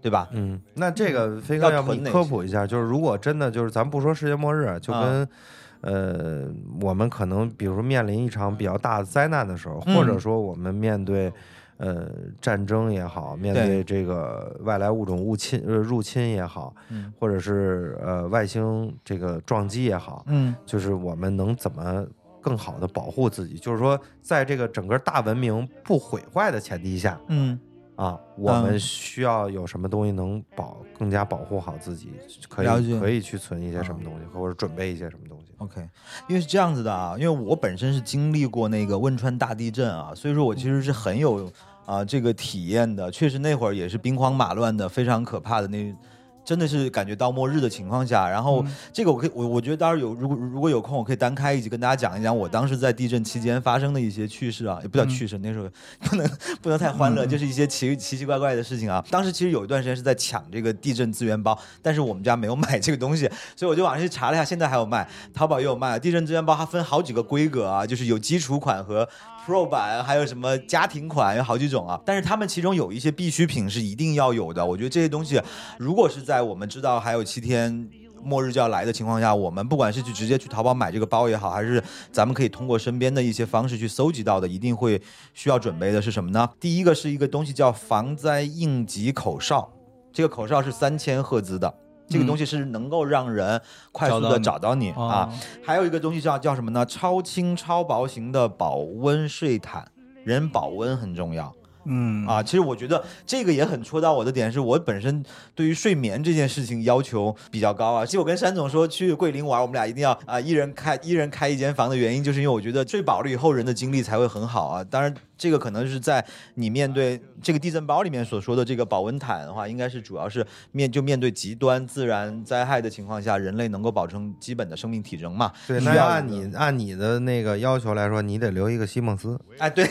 对吧？嗯，那这个飞哥，要要不囤你哪科些普一下，就是如果真的就是咱不说世界末日，就啊跟、呃我们可能比如说面临一场比较大的灾难的时候，或者嗯说我们面对。呃，战争也好，面对对这个外来物种入侵呃入侵也好，嗯或者是呃外星这个撞击也好，嗯就是我们能怎么更好的保护自己？就是说，在这个整个大文明不毁坏的前提下，嗯，啊，我嗯们需要有什么东西能保更加保护好自己，可了以解嗯可以去存一些什么东西，或者准备一些什么东西。 OK，因为是这样子的啊，因为我本身是经历过那个汶川大地震啊，所以说我其实是很有啊、这个体验的。确实那会儿也是兵荒马乱的，非常可怕的那，真的是感觉到末日的情况下。然后这个我可以，我我觉得当然有，如果如果有空，我可以单开一集跟大家讲一讲我当时在地震期间发生的一些趣事啊，也不叫趣事，那时候不能不能太欢乐，就是一些奇奇奇怪怪的事情啊。当时其实有一段时间是在抢这个地震资源包，但是我们家没有买这个东西，所以我就网上去查了一下，现在还有卖，淘宝也有卖。啊地震资源包它分好几个规格啊，就是有基础款和 Pro 版，还有什么家庭款，有好几种啊。但是他们其中有一些必需品是一定要有的，我觉得这些东西如果是在我们知道还有七天。末日就要来的情况下，我们不管是去直接去淘宝买这个包也好，还是咱们可以通过身边的一些方式去搜集到的，一定会需要准备的是什么呢？第一个是一个东西叫防灾应急口哨，这个口哨是三千赫兹的。这个东西是能够让人快速的找到你、哦啊。还有一个东西叫叫什么呢？超轻超薄型的保温睡毯，人保温很重要嗯啊。其实我觉得这个也很戳到我的点，是我本身对于睡眠这件事情要求比较高啊。其实我跟山总说去桂林玩，我们俩一定要啊一人开一人开一间房的原因，就是因为我觉得睡饱了以后人的精力才会很好啊。当然。这个可能是在你面对这个地震包里面所说的这个保温毯的话，应该是主要是面就面对极端自然灾害的情况下，人类能够保证基本的生命体征嘛？对，需那要按一个你按你的那个要求来说，你得留一个西蒙斯。哎，对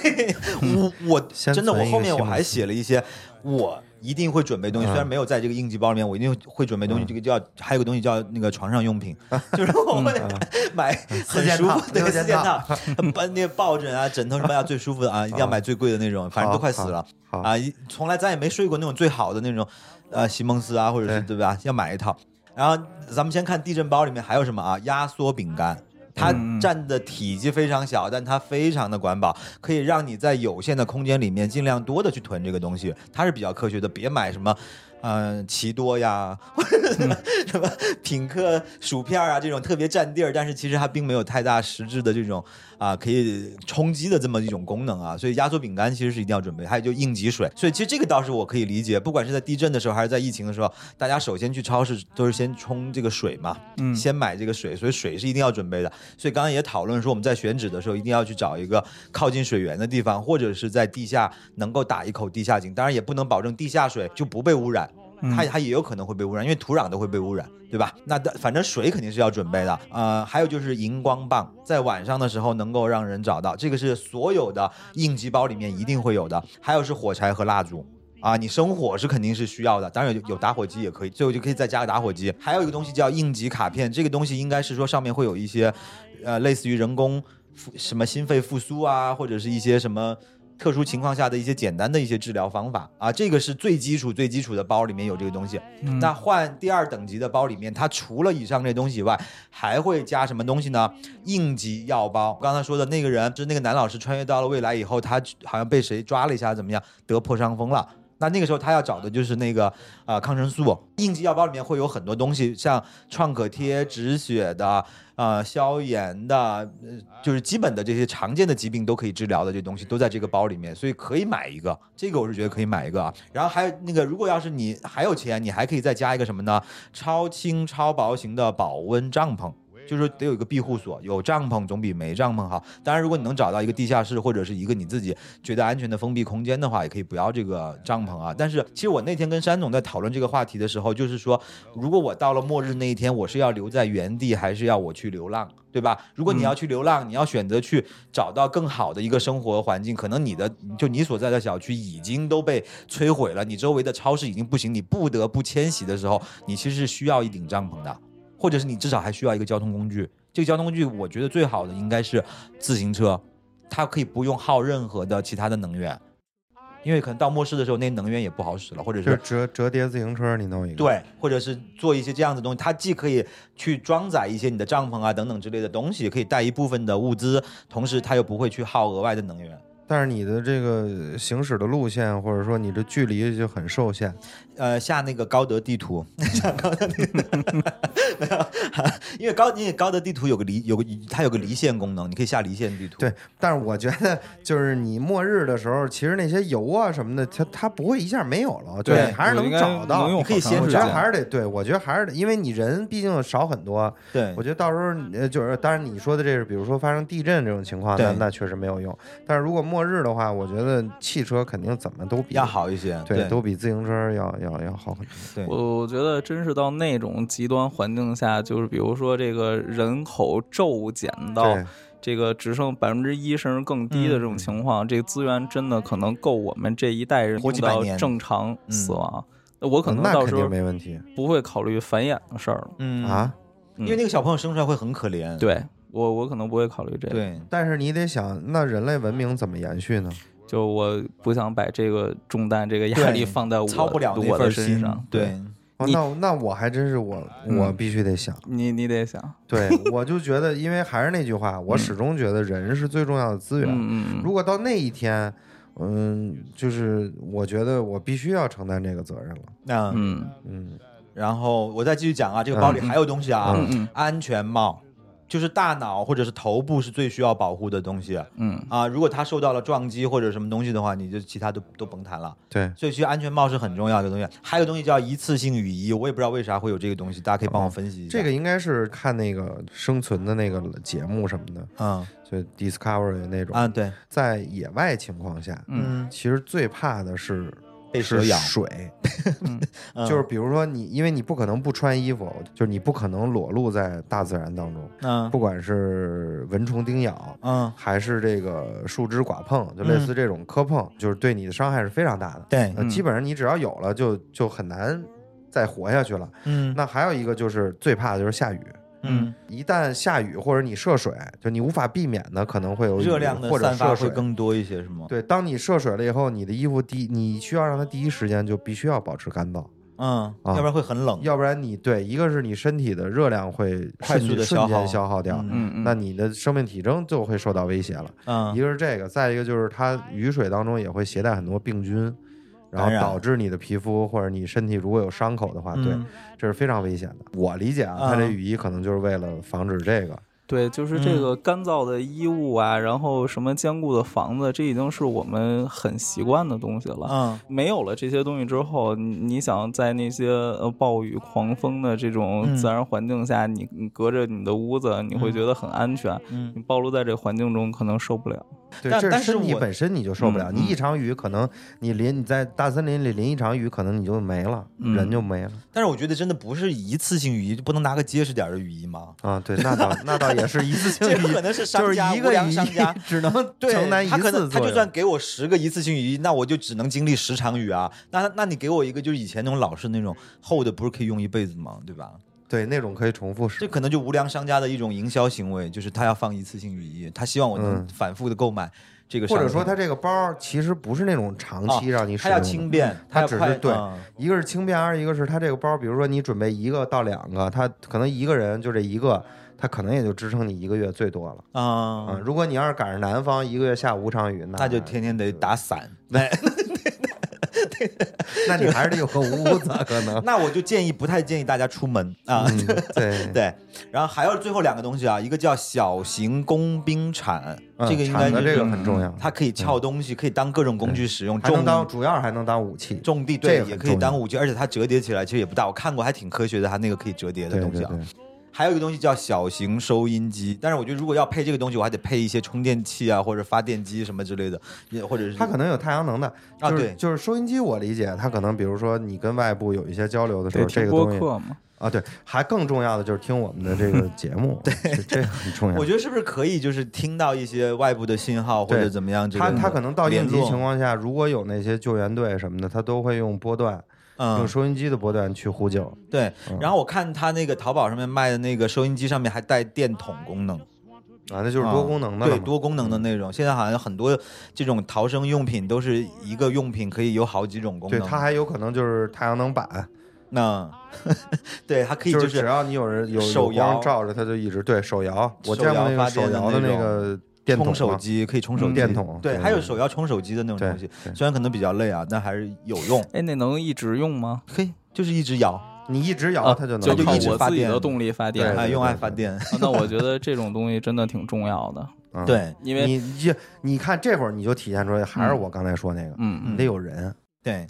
我我先真的我存一后个面西我蒙还斯写了一些我一定会准备东西，虽然嗯没有在这个应急包里面，我一定会准备东西。这个叫还有个东西叫那个床上用品，嗯就是我会 买很件舒套服对六四件件套套，把那个抱枕啊、枕头什么要最舒服的啊，一定要买最贵的那种，反正都嗯好快死好了好啊，一从来咱也没睡过那种最好的那种，呃，席梦思啊，或者是对吧？要买一套。然后咱们先看地震包里面还有什么啊？压缩饼干，它嗯占的体积非常小，但它非常的管饱，可以让你在有限的空间里面尽量多的去囤这个东西，它是比较科学的。别买什么，嗯、奇多呀， 或者什么什么品客薯片啊这种特别占地儿，但是其实它并没有太大实质的这种啊、可以充饥的这么一种功能啊。所以压缩饼干其实是一定要准备，还有就应急水。所以其实这个倒是我可以理解，不管是在地震的时候还是在疫情的时候，大家首先去超市都是先冲这个水嘛，嗯先买这个水，所以水是一定要准备的。所以刚刚也讨论说，我们在选址的时候一定要去找一个靠近水源的地方，或者是在地下能够打一口地下井。当然也不能保证地下水就不被污染，嗯它它也有可能会被污染，因为土壤都会被污染，对吧？那的反正水肯定是要准备的。呃，还有就是荧光棒，在晚上的时候能够让人找到，这个是所有的应急包里面一定会有的。还有是火柴和蜡烛。啊，你生火是肯定是需要的，当然有有打火机也可以，最后就可以再加个打火机。还有一个东西叫应急卡片，这个东西应该是说上面会有一些，呃，类似于人工复什么心肺复苏啊，或者是一些什么特殊情况下的一些简单的一些治疗方法啊，这个是最基础最基础的包里面有这个东西。嗯那换第二等级的包里面，它除了以上这东西以外，还会加什么东西呢？应急药包。我刚才说的那个人，就是那个男老师穿越到了未来以后，他好像被谁抓了一下，怎么样，得破伤风了。那那个时候他要找的就是那个呃抗生素，应急药包里面会有很多东西，像创可贴、止血的、呃消炎的、呃，就是基本的这些常见的疾病都可以治疗的这东西都在这个包里面，所以可以买一个，这个我是觉得可以买一个啊。然后还有那个，如果要是你还有钱，你还可以再加一个什么呢？超轻超薄型的保温帐篷。就是得有一个庇护所，有帐篷总比没帐篷好。当然，如果你能找到一个地下室或者是一个你自己觉得安全的封闭空间的话，也可以不要这个帐篷啊。但是，其实我那天跟山总在讨论这个话题的时候，就是说，如果我到了末日那一天，我是要留在原地，还是要我去流浪，对吧？如果你要去流浪，你要选择去找到更好的一个生活环境，可能你的就你所在的小区已经都被摧毁了，你周围的超市已经不行，你不得不迁徙的时候，你其实是需要一顶帐篷的。或者是你至少还需要一个交通工具。这个交通工具，我觉得最好的应该是自行车，它可以不用耗任何的其他的能源，因为可能到末世的时候，那能源也不好使了，或者就是是折折叠自行车，你弄一个。，对，或者是做一些这样的东西，它既可以去装载一些你的帐篷啊等等之类的东西，可以带一部分的物资，同时它又不会去耗额外的能源。但是你的这个行驶的路线，或者说你的距离就很受限。呃，下那个高德地图， 下高德地图， 没有， 因为高因为高德地图有个离有个它有个离线功能，你可以下离线地图。对，但是我觉得就是你末日的时候，其实那些油啊什么的，它它不会一下没有了，对还是我应能该找到。能用你可以好先我长时觉间得还是得对，我觉得还是得，因为你人毕竟少很多。对我觉得到时候你呃，就是当然你说的这是，比如说发生地震这种情况，那对那确实没有用。但是如果末日的话，我觉得汽车肯定怎么都比要，好一些，对，对都比自行车要要要好很多。对我我觉得真是到那种极端环境下，就是比如说这个人口骤减到对这个只剩百分之一甚至更低的嗯这种情况，这个资源真的可能够我们这一代人活几用百到年嗯正常死亡。我可能那到肯时定候没问题不会考虑繁衍的事儿了。嗯，啊。因为那个小朋友生出来会很可怜，对我，我可能不会考虑这个。嗯对，但是你得想，那人类文明怎么延续呢？就我不想把这个重担、这个压对力放在我操不了那我的份身心上。，对，哦、你那那我还真是我我嗯必须得想，你你得想， 对我就觉嗯得，因为还是那句话，我始终觉得人是最重要的资源。嗯嗯嗯，如果到那一天，嗯，就是我觉得我必须要承担这个责任了。那嗯嗯然后我再继续讲啊，这个包里还有东西啊，嗯嗯安全帽，就是大脑或者是头部是最需要保护的东西嗯啊。如果它受到了撞击或者什么东西的话，你就其他都都甭谈了。对，所以其实安全帽是很重要的东西，还有东西叫一次性雨衣，我也不知道为啥会有这个东西，大家可以帮我分析一下。哦这个应该是看那个生存的那个节目什么的，嗯就 Discovery 那种啊对，在野外情况下，嗯其实最怕的是被蛇是咬水，嗯就是比如说你，因为你不可能不穿衣服，就是你不可能裸露在大自然当中，嗯不管是蚊虫叮咬。嗯还是这个树枝剐碰，就类似这种磕碰，就是对你的伤害是非常大的。对呃，嗯基本上你只要有了就，就很难再活下去了。嗯那还有一个就是最怕的就是下雨，嗯一旦下雨或者你涉水，就你无法避免的，可能会有雨热量的或者散发涉会水。更多一些是吗？对，当你涉水了以后，你的衣服第一你需要让它第一时间就必须要保持干燥，嗯，要不然会很冷。要不然你对一个是你身体的热量会快瞬速地间消瞬耗间消耗掉，嗯嗯嗯，那你的生命体征就会受到威胁了。嗯一个是这个，再一个就是它雨水当中也会携带很多病菌，然后感染导致你的皮肤或者你身体如果有伤口的话，对嗯，这是非常危险的。我理解啊，它这嗯雨衣可能就是为了防止这个。对，就是这嗯个干燥的衣物啊，然后什么坚固的房子，这已经是我们很习惯的东西了。嗯啊没有了这些东西之后，你你想在那些呃暴雨狂风的这种嗯自然环境下，你你隔着你的屋子，你会觉得很安全。嗯你暴露在这个环境中，可能受不了。对，但这但是身是体我本身你就受不了，嗯你一场雨可能你淋你在大森林里淋一场雨，可能你就没了，嗯人就没了但是我觉得真的不是一次性雨衣，就不能拿个结实点儿的雨衣吗？啊。对，那倒那倒也是一次性这雨可，能是就商是家一无个良雨。商 家只能对承担一他可次能他作就算用。给我十个一次性雨衣，那我就只能经历十场雨啊。那那你给我一个就是以前那种老式那种厚的，不是可以用一辈子吗？对吧？对，那种可以重复使这用。可能就无良商家的一种营销行为，就是他要放一次性雨衣，他希望我能嗯反复的购买这个商或品，者说，它这个包儿其实不是那种长期让你使他用啊要的，轻便，它它只是快对嗯一个是轻便，二一个是它这个包儿，比如说你准备一个到两个，它可能一个人就这一个，它可能也就支撑你一个月最多了。啊、啊，如果你要是赶上南方一个月下五场雨，那那就天天得打伞。 那那你还是得有个屋子，可 能。那我就建议不太建议大家出门啊。嗯，对， 对，然后还有最后两个东西啊，一个叫小型工兵铲，嗯这个应该铲就子是这个很重要，它可以撬东西，可以当各种工具使用，还能种当主要还能当武器。种地这对个，很也可以重当要武器，而且它折叠起来其实也不大，我看过还挺科学的，它那个可以折叠的对东对西啊。对，还有一个东西叫小型收音机，但是我觉得如果要配这个东西，我还得配一些充电器啊，或者发电机什么之类的，也或者是它可能有太阳能的，啊就是、对就是收音机，我理解它可能，比如说你跟外部有一些交流的时得候，这听个播东西客嘛，啊，对，还更重要的就是听我们的这个节目，对，这个很重要我。觉得是不是可以就是听到一些外部的信号或者对怎么样之类它的？它可能到应急联络情，况下，如果有那些救援队什么的，它都会用波段，用嗯，收音机的波段去呼救。对嗯。然后我看它那个淘宝上面卖的那个收音机上面还带电筒功能，啊，那就是嗯多功能的了对嘛多功能的那种。现在好像很多这种逃生用品都是一个用品可以有好几种功对，能。它还有可能就是太阳能板，那 对它可以就就是只要你有人有有手摇光照着，它就一直对手摇。我手见过摇那发个手电的摇的那那种个电筒充手嘛机可以充手机，嗯电筒对，对还有手要充手机的那种对东西，对虽然可能比较累啊，但还是有用。哎，那能一直用吗？可以，就是一直摇，你一直摇啊，它就就能就靠一直我发自己电的动力发对电。啊，对 用爱对发电。啊那我觉得这种东西真的挺重要的，嗯，对因为你你你看这会儿你就体现出来，还是嗯我刚才说那个，嗯你得有人，对，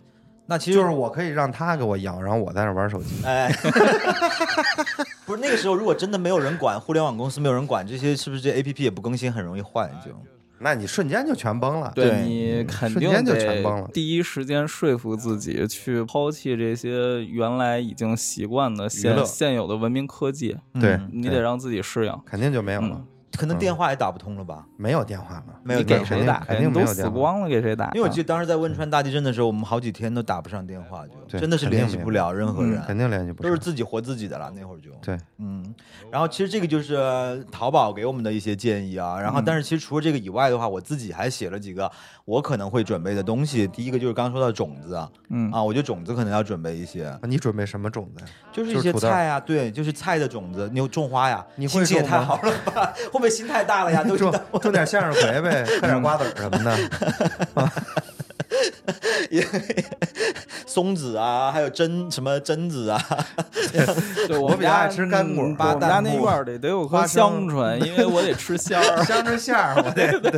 那其实就是我可以让他给我摇，然后我在那玩手机。哎，不是那个时候，如果真的没有人管，互联网公司没有人管这些，是不是这 A P P 也不更新，很容易坏就？那你瞬间就全崩了。对你肯嗯瞬定间就全崩得了第一时间说服自己去抛弃这些原来已经习惯的娱乐现现有的文明科技，对嗯你得对让自己适应。肯定就没有了嗯，可能电话也打不通了吧？没有电话了。没有你电给话肯谁定打肯呀？定你没都有死电话光了，给谁打呀？因为我记得当时在汶川大地震的时候，我们好几天都打不上电话，就对真的是肯定联系没有嗯不了任何人，肯定联系不都是上。自己活自己的了。那会儿就对，嗯，然后其实这个就是呃淘宝给我们的一些建议啊。然后，嗯但是其实除了这个以外的话，我自己还写了几个我可能会准备的东西。第一个就是刚刚说到种子啊，嗯啊，我觉得种子可能要准备一些，你准备什么种子呀？就是就一是些土豆菜啊，对，就是菜的种子，你有种花呀，你心会情也种太吗好了吧？会不会 会心太大了 呀，都 嗯种种点向日葵呗，喝点瓜子儿什么 的。啊因为松子啊，还有榛什么榛子啊，对我我比较爱吃干果。嗯我们家那院儿里得有棵香椿，因为我得吃香儿香椿馅儿，我得对，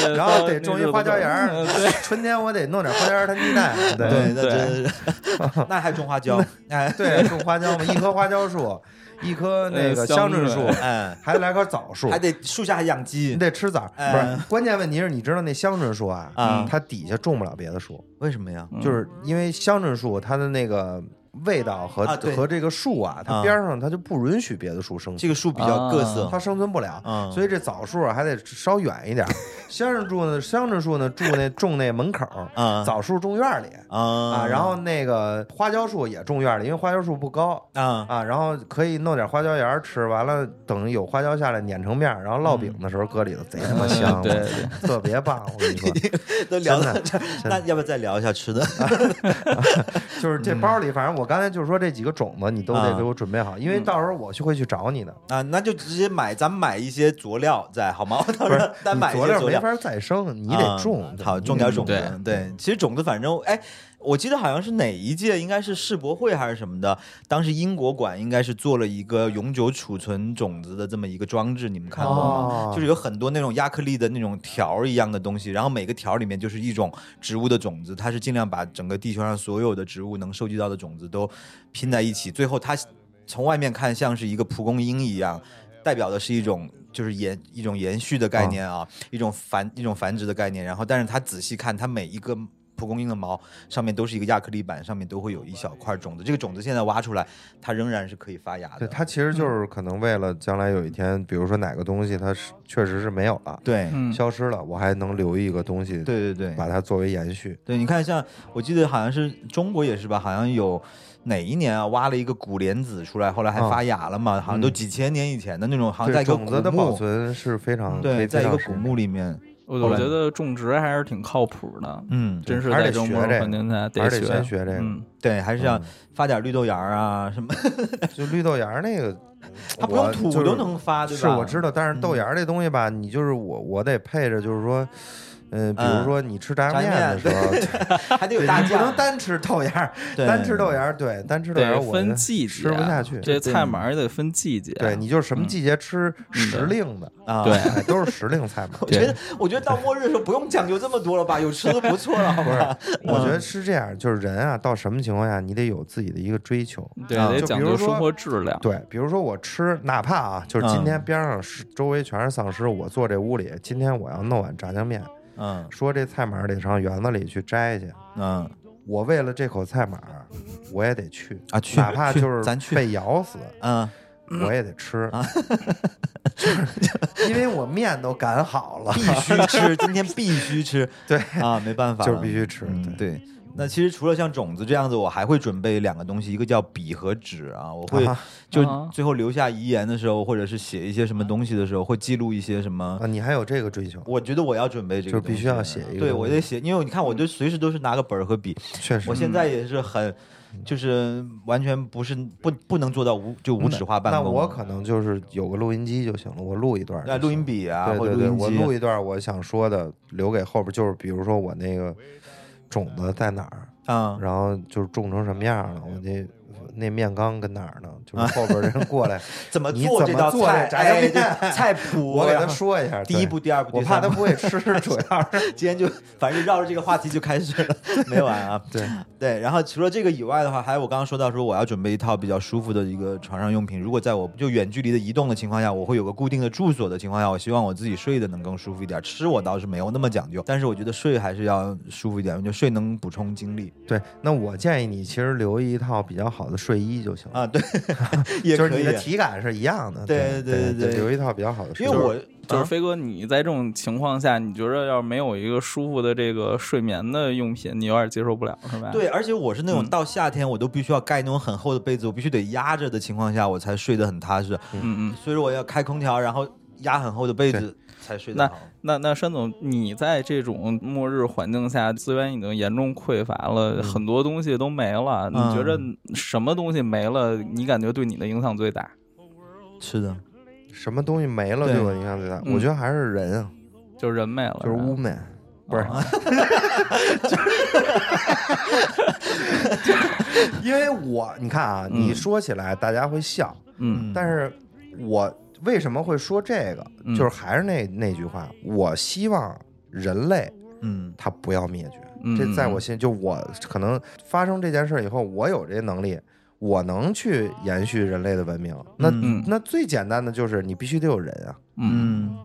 对 然后得种一那花椒园儿嗯对， 春天我得弄点花椒园儿摊鸡蛋，对，嗯 对那对真是， 那还种花椒，哎对，种花椒嘛，一棵花椒树，一棵那个呃香椿香 树椿，哎，还来棵枣树还。得树下还养鸡你，得吃枣，不哎是？关键问题是，你知道那香椿树啊，啊它底下种不了别的树，为什么呀？嗯就是因为香椿树它的那个味道和啊对和这个树啊，它啊边上它就不允许别的树生存这，个树比啊较各色它，生存不了，嗯所以这枣树啊还得稍远一点儿。香椿树呢，香椿树呢住那种那门口儿，啊枣树种院儿里啊啊，然后那个花椒树也种院儿里，因为花椒树不高啊啊，然后可以弄点花椒盐儿吃，完了等有花椒下来碾成面儿，然后烙饼的嗯时候搁里头贼他 妈香，啊嗯对对，特别棒，我跟你说，都聊真到的这儿，的那要不要再聊一下吃的？ 就是这包里，反正我刚才就是说这几个种子你都得啊给我准备好，因为到时候我去会去找你的，啊，那就直接买，咱们买一些佐料在好吗？ 我到不时是候咱你买一佐些料佐没料，法再生，你得种嗯啊，好种点种子。对，其实种子反正哎，我记得好像是哪一届，应该是世博会还是什么的，当时英国馆应该是做了一个永久储存种子的这么一个装置，你们看过吗？哦就是有很多那种亚克力的那种条儿一样的东西，然后每个条儿里面就是一种植物的种子，它是尽量把整个地球上所有的植物能收集到的种子都拼在一起，最后它从外面看像是一个蒲公英一样，代表的是一种就是延一种延续的概念啊，一种繁一种繁殖的概念。然后，但是它仔细看，它每一个蒲公英的毛上面都是一个亚克力板，上面都会有一小块种子。这个种子现在挖出来，它仍然是可以发芽对，的。它其实嗯就是可能为了将来有一天，比如说哪个东西它是确实是没有了，对嗯，消失了，我还能留一个东西，，对对对把它作为延续。对，你看，像我记得好像是中国也是吧，好像有哪一年啊，挖了一个古莲子出来，后来还嗯发芽了嘛，好像都几千年以前的那种，好像在对啊一个种古子的保墓，存是非常对，在一个古，非墓里面，我后我来觉得种植还是挺靠谱的，嗯，真是还是在得这种学陌生这个环境下常是还是学，得先学这个。嗯，对，还是要发点绿豆芽儿啊什么，就绿豆芽儿那个，它不我用土就是都能发，对吧？嗯是我知道，但是豆芽儿这东西吧，你就是我，我得配着，就是说，嗯，比如嗯说你吃炸酱炸面的面时候，对还得有大你不能酱，单吃豆芽儿，对啊单吃豆芽儿，对，单吃豆芽儿得我分就季节，啊吃不下去。嗯这菜码儿也得分季节。对，你就是什么季节吃时令的，啊。对哎，都是时令菜 嘛。我觉得，我觉得到末日的时候不用讲究这么多了吧，有吃的不错了，好 不是吧？，我嗯觉得是这样，就是人啊，到什么情况下，你得有自己的一个追求。对，啊得就讲比如究说生活质量。对，比如说我吃，哪怕啊，就是今嗯天边上是周围全是丧尸，我坐这屋里，今天我要弄碗炸酱面，嗯说这菜码儿得上园子里去摘去。嗯，我为了这口菜码儿，我也得去啊去哪怕去就是咱去被咬死，嗯，啊我也得吃，就是因为我面都擀好了必，须吃，今天必须吃对，啊，没办法了，就是必须吃。嗯对，对。那其实除了像种子这样子，我还会准备两个东西，一个叫笔和纸啊，我会啊就啊最后留下遗言的时候，或者是写一些什么东西的时候，会记录一些什么啊，你还有这个追求，我觉得我要准备这个就是东西，必须要写一个对东我西嗯得写，因为你看，我就随时都是拿个本儿和笔。确实我。现在也是很，就是完全不是不不能做到无就无纸化办那公。我可能就是有个录音机就行了，我录一段儿就那行。录音笔啊，对或者对对，录我音机啊录一段我想说的，留给后边。就是比如说我那个种子在哪儿，啊，然后就是种成什么样了，我那呃那面缸跟哪儿 呢？就是后边人过 来，怎么你做怎这么道做菜？这炸酱哎，面这菜谱我给他然后说一下。第一对步、，第二步， 我第怕三他步不会吃，主要是今天就反正绕着这个话题就开始了，没完啊。对对，然后除了这个以外的话，还有我刚刚说到说我要准备一套比较舒服的一个床上用品。如果在我就远距离的移动的情况下，我会有个固定的住所的情况下，我希望我自己睡的能更舒服一点。吃我倒是没有那么讲究，但是我觉得睡还是要舒服一点，就睡能补充精力 对。那我建议你其实留一套比较好的睡衣就行了，啊。对，也就是可你以的。体感是一样的。对对对对对，对留一套比较好的睡因衣。为我啊就是飞哥，你在这种情况下，你觉着要是没有一个舒服的这个睡眠的用品，你有点接受不了，是吧？啊对，而且我是那种嗯到夏天我都必须要盖那种很厚的被子，我必须得压着的情况下，我才睡得很踏实。嗯，嗯所以说我要开空调，然后压很厚的被子才睡得那好。那那山总，你在这种末日环境下，资源已经严重匮乏嗯了，很多东西都没了。你觉着什么东西没了，你感觉对你的影响最大？是的，什么东西没了对嗯我影响最大？我觉得还是人啊，就是啊人没了，就是 woman，不是， 因为我你看啊，你说起来大家会笑，嗯但是我为什么会说这个？嗯就是还是那那句话，我希望人类嗯它不要灭绝。嗯这在我心，就我可能发生这件事以后，我有这能力，我能去延续人类的文明。那、嗯那最简单的就是你必须得有人啊。嗯嗯，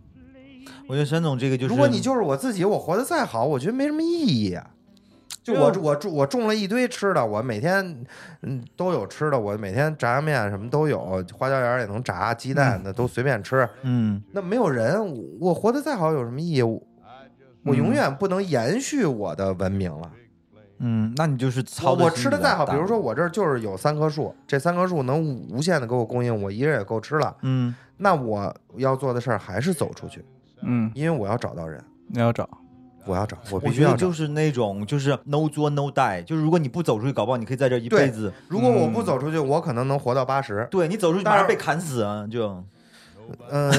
我觉得沈总这个就是，如果你就是我自己，我活得再好，我觉得没什么意义啊。就我我种我种了一堆吃的，我每天嗯都有吃的，我每天炸酱面什么都有，花椒盐也能炸，鸡蛋的都随便吃。嗯那没有人，我我活得再好有什么意义？我嗯我永远不能延续我的文明了。嗯，那你就是我操我吃的再好，比如说我我这儿就是有三棵树，这三棵树能无无限的给我供应，我一人也够吃了。嗯那我要做的事儿还是走出去，嗯，因为我要找到人，你要找，我要找，我我必须觉要得找。就是那种就是 no 作 no die，就是如果你不走出去，搞不好你可以在这儿一对辈子。如果我不走出去，我可能能活到八十。嗯对你走出去但马是上被砍死啊！就嗯，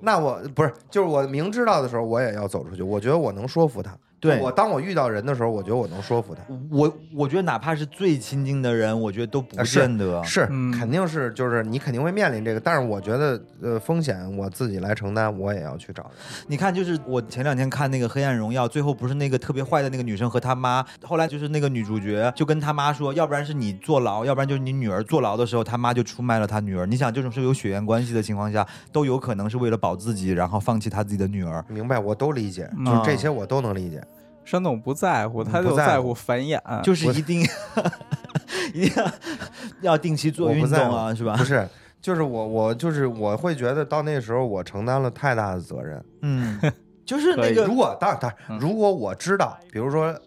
那我不是，就是我明知道的时候，我也要走出去。我觉得我能说服他。对我，当我遇到人的时候，我觉得我能说服他。啊我我觉得哪怕是最亲近的人，我觉得都不啊是见得。是，嗯肯定是，就是你肯定会面临这个，但是我觉得，呃，风险我自己来承担，我也要去找人。你看，就是我前两天看那个《黑暗荣耀》，最后不是那个特别坏的那个女生和她妈，后来就是那个女主角就跟她妈说，要不然是你坐牢，要不然就是你女儿坐牢的时候，她妈就出卖了她女儿。你想，这种是有血缘关系的情况下，都有可能是为了保自己，然后放弃她自己的女儿。明白，我都理解，嗯就是这些我都能理解。山总不在乎，他嗯不就在在乎乎繁衍，就是一定 一定要要定期做我运不在动啊，乎是吧不？是，就是我我就是我会觉得到那时候我承担了太大的责任。 嗯，就是可那以个嗯如果当然当然，如果我知道，比如说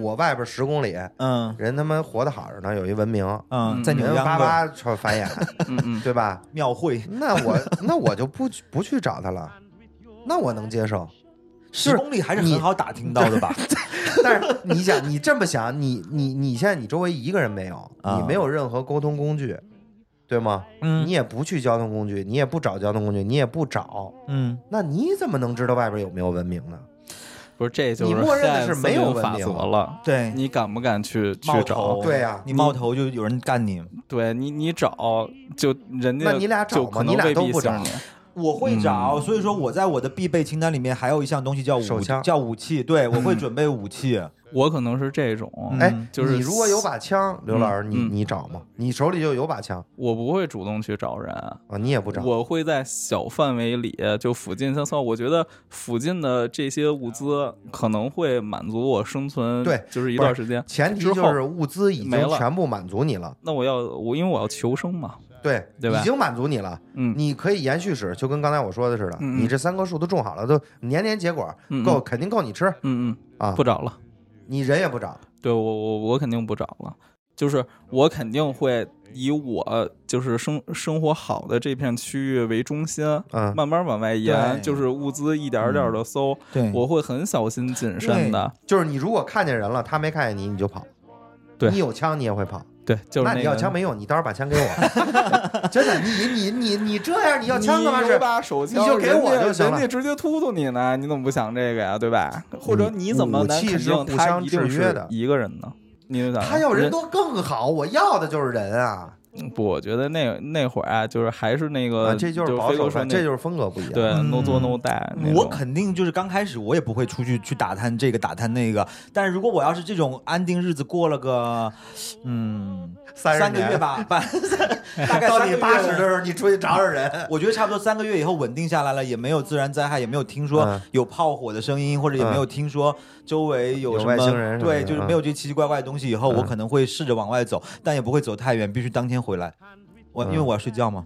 我外边十公里嗯人他妈活得好着呢，有一文明，嗯，嗯在人扭秧巴歌巴朝繁衍，嗯嗯对吧？庙会，那我那我就不去不去找他了，那我能接受。十公里还是你很好打听到的 吧？但是你想，你这么想，你你你现在你周围一个人没有，啊你没有任何沟通工具，对吗？嗯你也不去交通工具，你也不找交通工具，你也不找，嗯，那你怎么能知道外边有没有文明呢？不是，这就是你默认的现在是没有森林文法明则了。对，哎你敢不敢去去冒找头，？对啊呀你冒头就有人干你。对你，你找就人家，那你俩找就吗可你能俩未都必不信找你。我会找，所以说我在我的必备清单里面还有一项东西叫嗯手武枪叫武器， 对我会准备武器。我可能是这种，哎、就是你如果有把枪，刘老师，嗯你嗯你找吗？你手里就有把枪我不会主动去找人，啊，你也不找。我会在小范围里，就附近像算，我觉得附近的这些物资可能会满足我生存，对就是一不是段时间。前提之就后是物资已没经了全部满足你了，那我要我因为我要求生嘛，对，对吧已经满足你了，嗯，你可以延续使，就跟刚才我说的似的，嗯嗯你这三棵树都种好了，都年年结果，嗯嗯够肯定够你吃嗯啊嗯，不，找了，你人也不找，对我我我肯定不找了，就是我肯定会以我就是生生活好的这片区域为中心，嗯，慢慢往外对延，就是物资一点儿点儿的搜，嗯对我会很小心谨慎的。就是你如果看见人了，他没看见你，你就跑。对你有枪你也会跑，对，就是那个你要枪没用，你到时候把枪给我。 真的，你你你你这样，你要枪干嘛你是有？把手枪，你就给我就行了人家人家直接突突你呢，你怎么不想这个呀？对吧？或者你怎么武能器肯是定互他相一定制约是的一个人呢？你就想他要人多更好，我要的就是人啊！不？我觉得那那会儿啊，就是还是那个，啊，这就是呃是保飞守哥说派，那这就是风格不一样。对嗯 no 做 no die 我肯定就是刚开始我也不会出去去打探这个打探那个，但是如果我要是这种安定日子过了个，嗯， 30三个年月吧， 吧大概到三个你月八十的时候，你出去找找人。我觉得差不多三个月以后稳定下来了，也没有自然灾害，也没有听说嗯有炮火的声音，或者也没有听说周围有有什么外星人什么的嗯对，就是没有这奇奇怪怪的东西。以后我可能会试着往外走，但也不会走太远，必须当天回来。我因嗯为我要睡觉 嘛，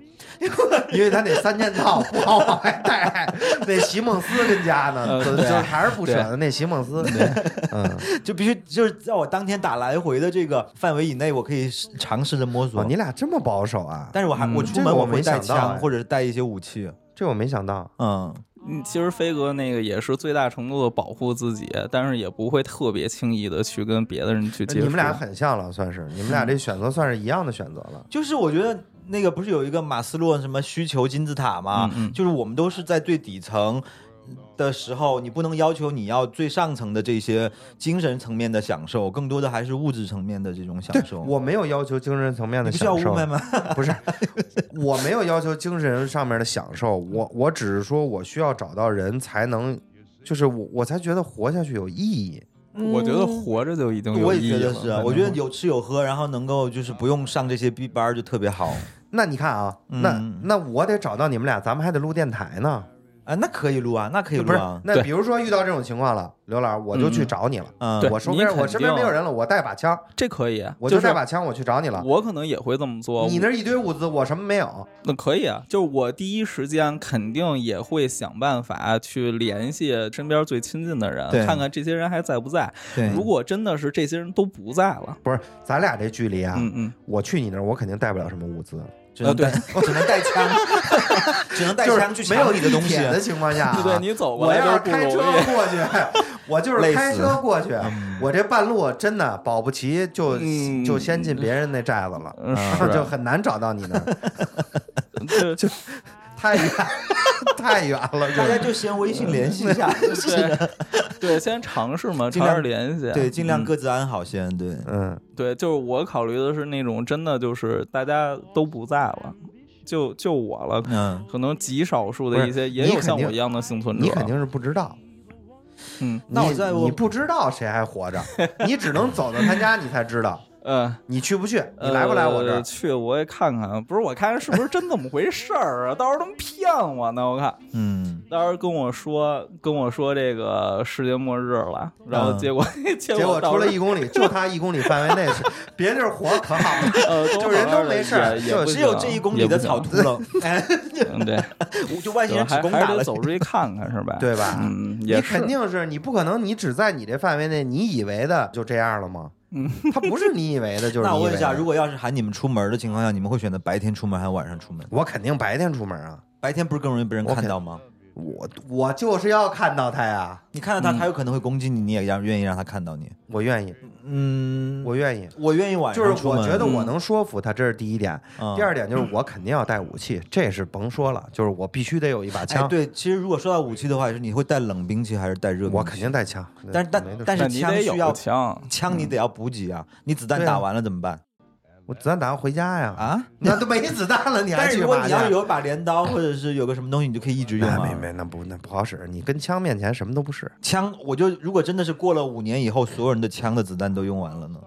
因为他那三件套不好往外带， 那席梦思跟家呢，呃就对是还是不舍得那席梦思。 嗯， 就必须就是在我当天打来回的这个范围以内，我可以试尝试着摸索哇，。哦你俩这么保守啊？但是我还嗯我出门我会带这个我没想到哎枪，或者是带一些武器。这我没想到。嗯，嗯，其实飞哥那个也是最大程度的保护自己，但是也不会特别轻易的去跟别的人去接触。嗯你们俩很像了，算是你们俩这选择算是一样的选择了。就是我觉得那个不是有一个马斯洛什么需求金字塔吗？嗯嗯就是我们都是在最底层的时候，你不能要求你要最上层的这些精神层面的享受，更多的还是物质层面的这种享对受。我没有要求精神层面你的不需要享物受，美吗？不是，我没有要求精神上面的享受，我我只是说我需要找到人才能，就是我我才觉得活下去有意义。我觉得活着就已经有我意也义觉了得。是啊，反我觉得正有吃有喝，然后能够就是不用上这些逼班儿就特别好那你看啊，那嗯那我得找到你们俩，咱们还得录电台呢。啊，那可以录啊，那可以不录是啊，，那对比如说遇到这种情况了，刘老师，我就嗯去找你了。嗯，对我身你边肯我身边定没有人了，我带把枪，这可以，啊我就带是把枪，我去找你了。我可能也会这么做。你那儿一堆物资，我什么没有。那可以啊，就是我第一时间肯定也会想办法去联系身边最亲近的人对，看看这些人还在不在。对，如果真的是这些人都不在了，不是，咱俩这距离啊，嗯嗯，我去你那儿，我肯定带不了什么物资，只能呃对带， 只能带枪，只能带枪 去就是没有抢你的东地西铁。的情况 下、啊，对对，你走过我来要是都不开容车易。过去，我就是累开死车过去，我这半路真的保不齐就、嗯就先进别人那寨子了，嗯是 就很难找到你呢，这这太远太远啊了，大这家就先微信联系一 下，对对，先尝试嘛，尽尝量试联系，对，尽量嗯各自安好先。对，嗯，对，就是我考虑的是那种真的就是大家都不在了，就就我了，嗯，可能极少数不的是一些你也有肯像定我一样的幸存者，你肯定是不知道。嗯那我你再问你不知道谁还 活着，你只能走到他家，你才知道呃。你去不去，你来不来我这呃儿。去，我也看看，不是我看看是不是真这么回事儿啊？到 时候他们骗我呢，我看嗯，到时候跟我说跟我说这个世界末日了，然后嗯结果、 结结果到出时了候一公里，就他一公里范围内 是，别地儿活可好了。呃， 就是人都没事儿也也就不只有行这一公也里不的行草图 了，哎，嗯对，我就外星人只还攻还打是了得走出去看看是吧？对吧嗯，你也是肯定是你不可能，你只在你这范围内，你以为的就这样了吗？嗯，他不是你以为的，就 是那你以我为问一下，的如果要是喊你们出门的情况下，你们会选择白天出门还是晚上出门？我肯定白天出门啊，白天不是更容易被人我看肯到吗？我我就是要看到他呀，你看到他，嗯他有可能会攻击你，你也让愿意让他看到你。我愿意，嗯，我愿意。我愿意晚就上是出我门觉得我能说服他，这是第一点。嗯第二点就是我肯定要带武器，这是甭说了，就是我必须得有一把哎，枪，对，其实如果说到武器的话，是你会带冷兵器还是带热兵器？我肯定带枪。但是但没得说嗯但是那你枪得需有要枪，枪你得要补给啊，你子弹对啊打完了怎么办我子弹打完回家呀，啊？那都没子弹了，你还但是去如果嘛你去？要有把镰刀或者是有个什么东西，你就可以一直用那啊没。哎没那不那不好使，你跟枪面前什么都不是。枪，我就如果真的是过了五年以后，所有人的枪的子弹都用完了呢？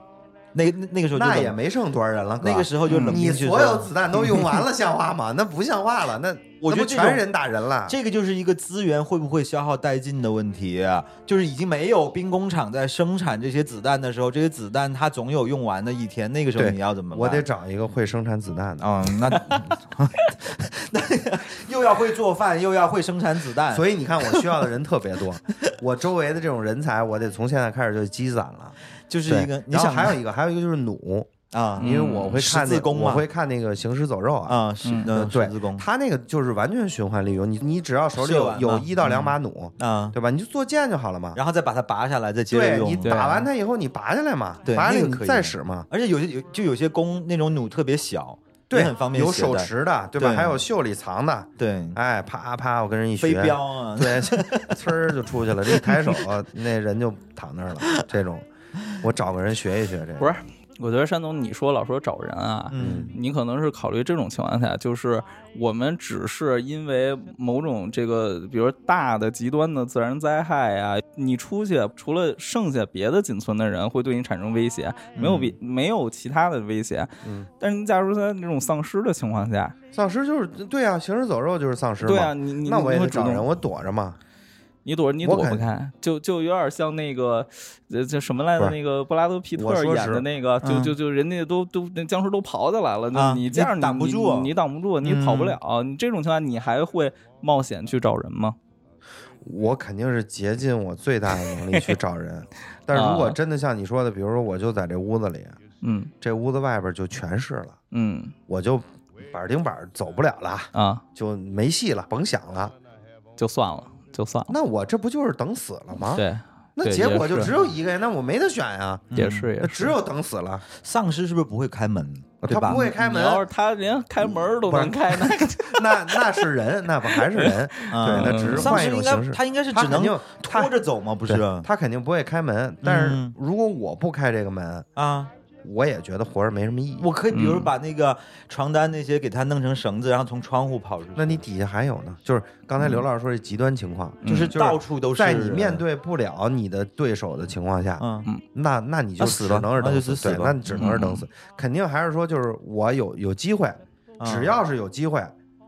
那那那个时候就那冷也没剩多少人了，哥那个时候就冷你兵器所是有吧子弹都用完了，像话吗？那不像话了，那 我觉得那这不种全人打人了。这个就是一个资源会不会消耗殆尽的问题、啊就是已经没有兵工厂在生产这些子弹的时候，这些子弹它总有用完的一天。那个时候对你要怎么办？我得找一个会生产子弹的。嗯， 那 那又要会做饭，又要会生产子弹，所以以你看，我需要的人特 别多，我周围的这种人才，我得从现在开始就积攒了。就是对一个你然后想还有一个，还有一个就是弩，啊因为我会看十那字个，弓我嘛会看那个《行尸走肉》啊。啊，是嗯的，对十字弓他那个就是完全循环利用，你你只要手里射有完有嘛一到两把弩，啊，对吧？你就做箭就好了嘛。然后再把它拔下来，再接着对用啊你。对打完它以后，你拔下来嘛，对拔下来那个你可以再使嘛。而且有些有就有些弓那种弩特别小，对，也很方便有携带手持的，对吧？对还有袖里藏的，对哎，啪啪，我跟人一飞学，镖啊， 对，呲儿就出去了。这一抬手，那人就躺那儿了。这种，我找个人学一学这个。不是，我觉得山总你说老说找人啊，嗯你可能是考虑这种情况下，就是我们只是因为某种这个，比如大的极端的自然灾害啊，你出去除了剩下别的仅存的人会对你产生威胁，没有比、没有其他的威胁。嗯，但是你假如在那种丧尸的情况下，丧尸就是对啊，行尸走肉就是丧尸嘛。对啊，你你那我也你得会主找人，动，我躲着嘛。你躲你我躲不肯开，就就有点像那个，呃，叫什么来不着？是那个布拉德皮我特说演是的那个，就嗯就就人家都都那僵尸都跑起来了，啊那你这样你你挡不住你你挡不住，你跑不嗯了，你这种情况下你还会冒险去找人吗？我肯定是竭尽我最大的能力去找 人，但是如啊果真的像你说的，比如说我就在这屋子里，嗯这屋子外边就全是了，嗯我就板儿钉板儿走不了了，啊，就没戏了，甭想了。就算了，就算了，那我这不就是等死了吗？对，那对结果也就是嗯只有一个人，那我没得选呀、也是也那是，只有等死了。丧尸是不是不会开门？对吧哦他不会开门你，要是他连开门都能开， 那那那是人，那不还是人？嗯对，那只是丧换一尸种应形该式。他应该是他只能肯定拖着走嘛，不不是他肯定不会开门。但是嗯如果我不开这个门，啊？我也觉得活着没什么意义。我可以比如嗯把那个床单那些给它弄成绳子，然后从窗户跑出去。那你底下还有呢，就是刚才刘老师说这极端情况，嗯嗯就是就是到处都是在你人面对不了你的对手的情况下，嗯那那你就那死死了，能是那就是等死，死嗯对，吧那你只能是等死。肯定还是说，就是我有有机会，嗯只要是有机会，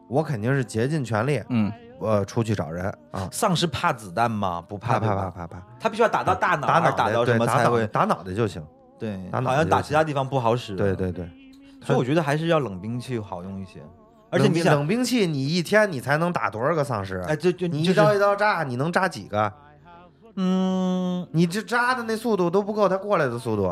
我肯定是竭尽全力，嗯，呃，出去找人啊，丧尸怕子弹吗？不怕，啪啪对啪吧，啪啪，他必须要打到大脑，打还脑是打袋到对什么打才脑会？打脑袋就行，对，打脑好像就打行其他地方不好使。对，对对。所以我觉得还是要冷兵器好用一些。而且冷你兵想，冷兵器，你一天你才能打多少个丧尸？啊哎，就就你就是一刀一刀扎，你能扎几个？嗯你这扎的那速度都不够他过来的速度，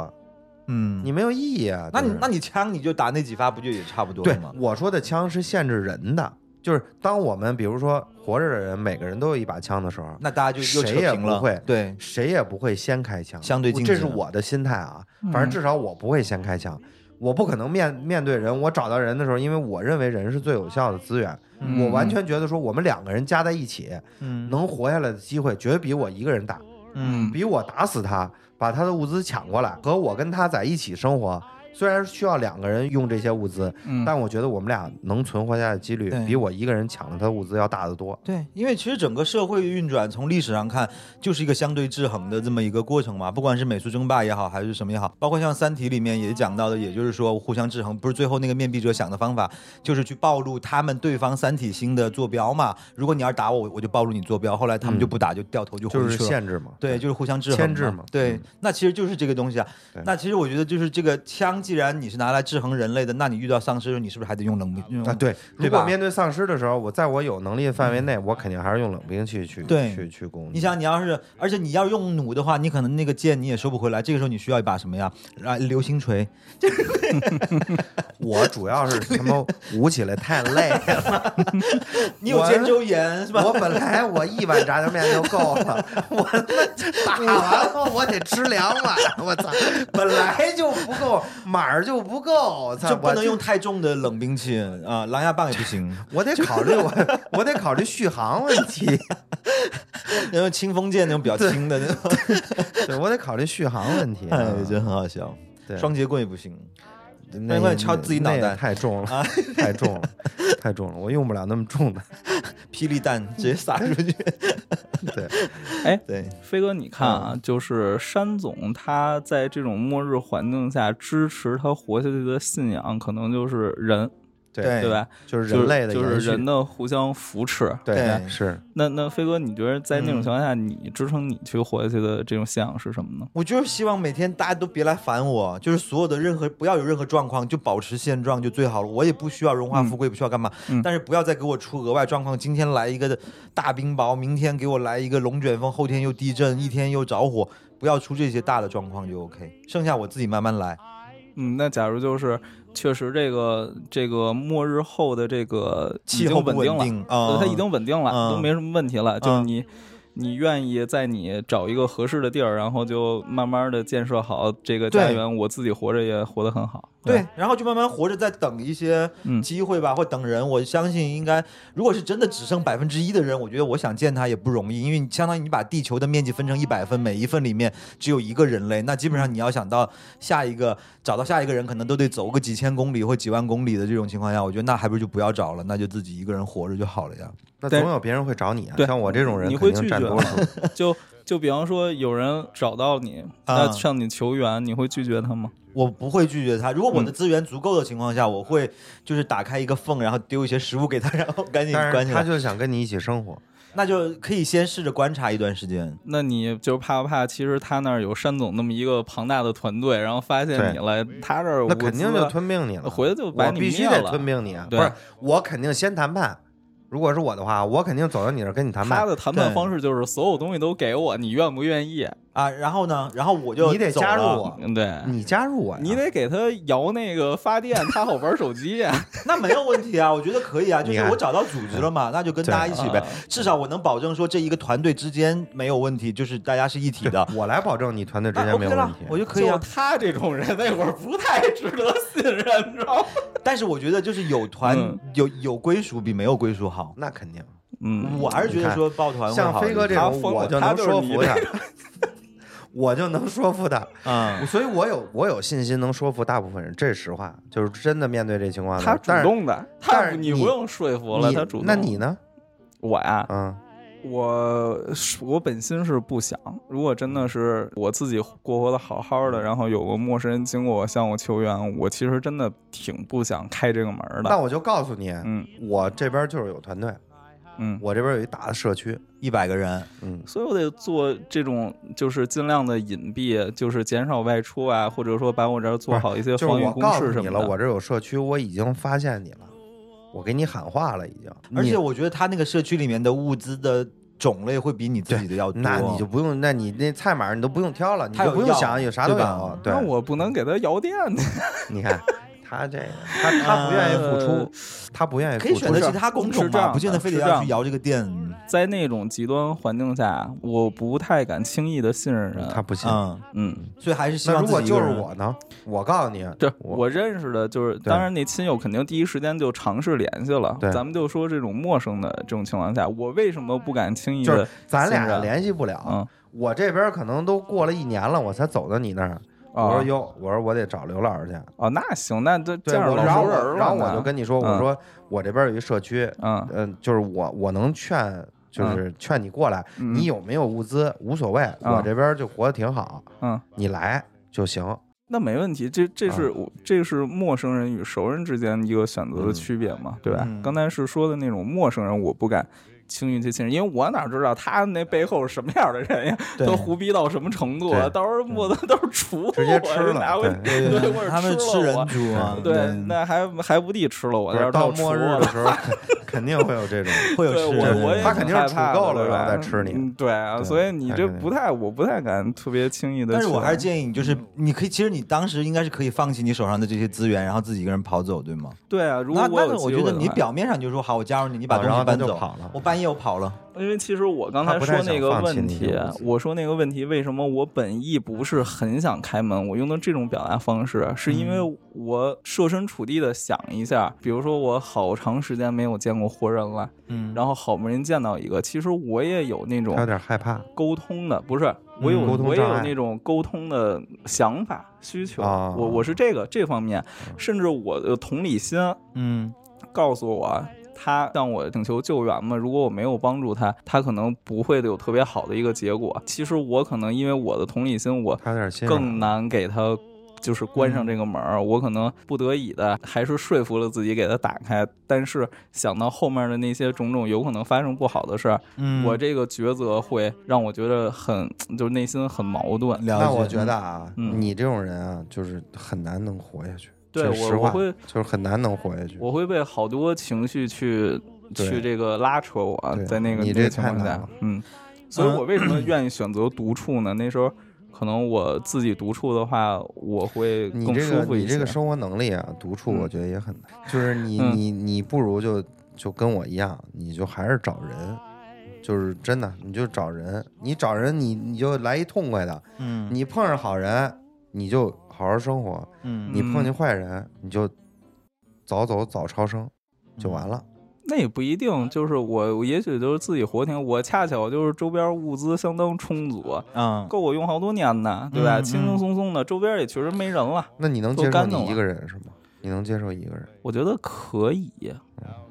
嗯，你没有意义啊！那就是你那你枪你就打那几发，不就也差不多对了吗？我说的枪是限制人的，就是当我们比如说活着的人，每个人都有一把枪的时候，那大家就又谁扯也平不了会对，谁也不会先开枪。相对我静这止是的嗯我的心态啊，嗯反正至少我不会先开枪。我不可能面面对人，我找到人的时候，因为我认为人是最有效的资源。嗯我完全觉得说，我们两个人加在一起，嗯能活下来的机会绝对比我一个人大，嗯比我打死他，把他的物资抢过来，和我跟他在一起生活，虽然需要两个人用这些物资，嗯，但我觉得我们俩能存活下来的几率对比我一个人抢了他的物资要大得多。对，因为其实整个社会运转从历史上看，就是一个相对制衡的这么一个过程嘛。不管是美术争霸也好，还是什么也好，包括像《三体》里面也讲到的，也就是说互相制衡，不是最后那个面壁者想的方法，就是去暴露他们对方三体星的坐标嘛。如果你要是打我，我就暴露你坐标。后来他们就不打，就掉头就回去嗯就了。是限制嘛，对，就是互相制衡，牵制嘛对，嗯那其实就是这个东西啊对。那其实我觉得就是这个枪，既然你是拿来制衡人类的，那你遇到丧尸，你是不是还得用冷兵？啊，对。如对果吧嗯面对丧尸的时候，我在我有能力的范围内，我肯定还是用冷兵器去对去去攻击。你想，你要是，而且你要用弩的话，你可能那个箭你也收不回来。这个时候你需要一把什么呀？啊，流星锤。我主要是 他妈舞起来太累了，你有我肩周炎 是吧？我本来我一碗炸酱面就够了，我他妈打完了我得吃两碗，我操，本来 就不够，码儿就不够，我操，就不我能用太重的冷兵器啊，狼牙棒也不 行，我得考虑我我得考虑续航问题，然后清锋剑那种比较轻的那 种，对我得考虑续航问题。啊哎，真很好笑。对双节棍也不行，那关键敲自己脑那也袋太重啊了，太重了，太重了，我用不了那么重的。霹雳弹直接撒出去。 对，哎对，飞哥，你看啊，就是山总他在这种末日环境下支持他活下去的信仰，可能就是人，对对吧？就是就人是类的就是延续哎人的互相扶持。对对是那那飞哥，你觉得在那种情况下，你支撑你去活下去的这种信仰是什么呢？我就是希望每天大家都别来烦我，就是所有的任何不要有任何状况，就保持现状就最好了。我也不需要荣华富贵，不需要干嘛，嗯但是不要再给我出额外状况。今天来一个大冰雹，明天给我来一个龙卷风，后天又地震，一天又着火，不要出这些大的状况就 OK。剩下我自己慢慢来。嗯，那假如就是确实这个这个末日后的这个已气经候不稳定了，定呃啊，它已经稳定了，嗯都没什么问题了。就是嗯你，你愿意在你找一个合适的地儿，然后就慢慢的建设好这个家对园，我自己活着也活得很好。嗯对，然后就慢慢活着，再等一些嗯机会吧，或等人。我相信应该，如果是真的只剩百分之一的人，我觉得我想见他也不容易，因为你相当于你把地球的面积分成一百份，每一份里面只有一个人类，那基本嗯上你要想到下一个找到下一个人，可能都得走个几千公里或几万公里的这种情况下，我觉得那还不如就不要找了，那就自己一个人活着就好了呀。那但总有别人会找你啊，对像我这种人你肯会定拒占绝啊 多数。就就比方说有人找到你，啊那向你求援，你会拒绝他吗？我不会拒绝他，如果我嗯的资源足够的情况下，我会就是打开一个缝，然后丢一些食物给他，然后赶紧 但关是起他来。就想跟你一起 生活，那就可以先试着观察一段时间。那你就怕不怕？其实他那儿有山总那么一个庞大的团队，然后发现你了，他这儿那物肯定资就啊吞并你了。回来就把我你必须灭得了吞 并你啊，不对是我肯定先谈判。如果是我的话，我肯定走到你那儿跟你谈他判。的谈判对方式就是所有东西都给我，你愿不愿意？啊，然后呢，然后我就你得走加入了我，嗯，对，你加入我呀，你得给他摇那个发电，他好玩手机呀。那没有问题啊，我觉得可以啊，就你是看我找到组织了嘛，那就跟大家一起呗啊，至少我能保证说这一个团队之间没有问题，就是大家是一体 的。我来保证你团队之啊间 OK 没有问了题，。我就可以啊就。他这种人那会儿不太值得信任，知道吗？ 但是我觉得就是有团、嗯有有归属比没有归属好。那肯定，嗯，我还是觉得说抱团会像好一飞点嗯哥这他种，疯我了就他能就是说你服他， 我就能说服他，嗯，所以我有我有信心能说服大部分人，这是实话，就是真的面对这情况的。他主但是动的，但他是不你你不用说服了，你他主动。那你呢？我呀，嗯，我是我本心是不想，如果真的是我自己过活得好好的，然后有个陌生人经过我向我求援，我其实真的挺不想开这个门儿那的。我就告诉你，嗯我这边就是有团队，嗯，我这边有一大的社区，一百个人，嗯，所以我得做这种，就是尽量的隐蔽，就是减少外出啊，或者说把我这儿做好一些就是防御我工告诉事什你么了，的。我这有社区，我已经发现你了，我给你喊话了，已经。而且你我觉得他那个社区里面的物资的种类会比你自己的要多。那你就不用，那你那菜码你都不用挑了，你他就有不用药想有啥都对吧有。对那，我不能给他摇电去。 你看他这个，他他不愿意付出，他不愿意呃可以付选出择是。其他工种是这样嘛，的不见得非得是这要样去摇这个嗯店。 在那种极端环境下，我不太敢轻易的信任人。他不信。嗯，嗯，所以还是希那望如自己一果就个是人我呢？我告诉你，啊对我我认识的，就是当然那亲友肯定第一时间就尝试联系了对。咱们就说这种陌生的这种情况下，我为什么不敢轻易就的是咱信俩任联系不了嗯。我这边可能都过了一年了，我才走到你那儿。我说啊哟，我说我得找刘老师去。哦，那行，那这这对，样我老然后熟我人了呢，然后我就跟你说，我嗯说我这边有一社区，嗯嗯，就是我我能劝，就是劝你过来，嗯你有没有物资无所谓，嗯我这边就活得挺好，嗯，你来就行。那没问题，这这是啊我、这是陌生人与熟人之间一个选择的区别嘛，对吧？嗯刚才是说的那种陌生人，我不敢轻易去信任，因为我哪知道他那背后是什么样的人呀，对都胡逼到什么程度对嗯啊？到时候摸的都是厨直接吃了拿回去对 对对或对，者他们吃吃了人我族啊，对，那还还不地吃了我，嗯不是要是到厨末日的了。时候， 肯肯定会有这种。会有对吃我人。我也他肯定是挺害怕储够的了对吧然后再吃你嗯对啊，对所以你太这肯定不太，我不太敢特别轻易的。但是我还是建议你，就是你可以，其实你当时应该是可以放弃你手上的这些资源，然后自己一个人跑走，对吗？对啊，如果那那有我觉机得会的你话表面上就说好，我加入你，你把哦东然后西他搬就走，跑了我半夜我跑了，因为其实我刚才他不太说那想个放弃问你题这个东，西我说那个问题，为什么我本意不是很想开门？我用的这种表达方式，啊是因嗯为我设身处地的想一下，比如说我好长时间没有见过活人了，嗯，然后好不容易见到一个，其实我也有那种他有点害怕沟通的，不是我有、嗯沟通我也障有碍那种沟通的想法需求，啊嗯我我是这个这方面，甚至我的同理心，嗯，告诉我他向我请求救援嘛，如果我没有帮助他，他可能不会有特别好的一个结果。其实我可能因为我的同理心，我他有点心软更难给他。就是关上这个门儿，嗯我可能不得已的还是说服了自己给他打开，但是想到后面的那些种种有可能发生不好的事儿，嗯我这个抉择会让我觉得很，就是内心很矛盾。了解。那我觉得啊，嗯你这种人啊，就是很难能活下去。对这是我实我话会就是很难能活下去。我会被好多情绪去对去这个拉扯我啊对，在那个你那这个情况太难下了，嗯，所以我为什么愿意选择独处呢？那时候可能我自己独处的话，我会你更这舒个服你一这些个。生活能力啊，独处嗯我觉得也很难。就 是你嗯你你不如就就跟我一样，你就还是找人，就是真的你就找人，你找人你你就来一痛快的，嗯你碰上好人你就好好生活，嗯你碰见坏人你就早走早超生就嗯完了。那也不一嗯定，就是我我也许就是自己活挺，我恰巧就是周边物资相当充足，嗯，够我用好多年呢，对吧？嗯嗯轻轻松松的，周边也确实没人了，那你能做接受干你净一了个人是吗？你能接受一个人？我觉得可以，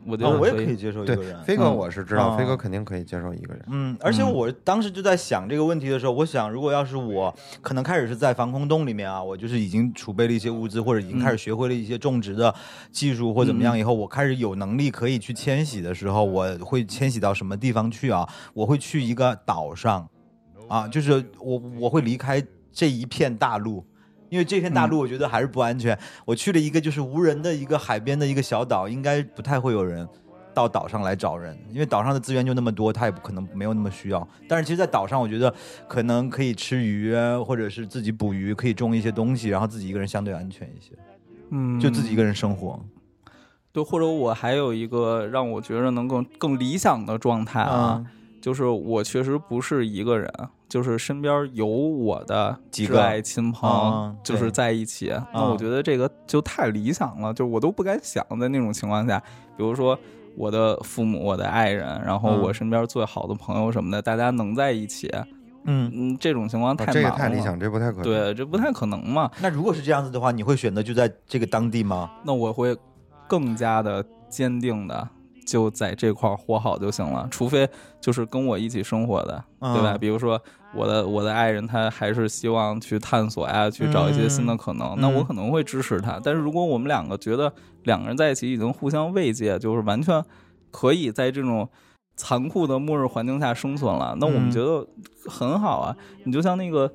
我觉啊得我也可可以。接受一对个人，。飞哥嗯我是知道，啊飞哥肯定可以接受一个人。哦嗯，而且嗯我当时就在想这个问题的时候，我想如果要是我，可能开始是在防空洞里面啊，我就是已经储备了一些物资，或者已经开始学会了一些种植的技术或怎么样，以后我开始有能力可以去迁徙的时候，我会迁徙到什么地方去啊？我会去一个岛上，啊，就是我我会离开这一片大陆。因为这片大陆嗯我觉得还是不安全，我去了一个就是无人的一个海边的一个小岛，应该不太会有人。到岛上来找人，因为岛上的资源就那么多，他也不可能没有那么需要。但是其实，在岛上，我觉得可能可以吃鱼，或者是自己捕鱼，可以种一些东西，然后自己一个人相对安全一些，嗯，就自己一个人生活。对，或者我还有一个让我觉着能更更理想的状态啊，嗯就是我确实不是一个人，就是身边有我的几挚个爱亲朋嗯，就对是在一起。那我嗯觉得这个就太理想了，就我都不敢想在那种情况下，比如说。我的父母、我的爱人，然后嗯我身边最好的朋友什么的，大家能在一起，嗯，嗯，这种情况太啊忙这了，个太理想，这不太可能。对，这不太可能嘛。那如果是这样子的话，你会选择就在这个当地吗？那我会更加的坚定的就在这块儿活好就行了，除非就是跟我一起生活的，嗯对吧？比如说我的我的爱人，他还是希望去探索呀，去找一些新的可能，那我嗯可能会支持他。但是如果我们两个觉得两个人在一起已经互相慰藉，就是完全可以在这种。残酷的末日环境下生存了，那我嗯们觉得很好啊。你就像那个，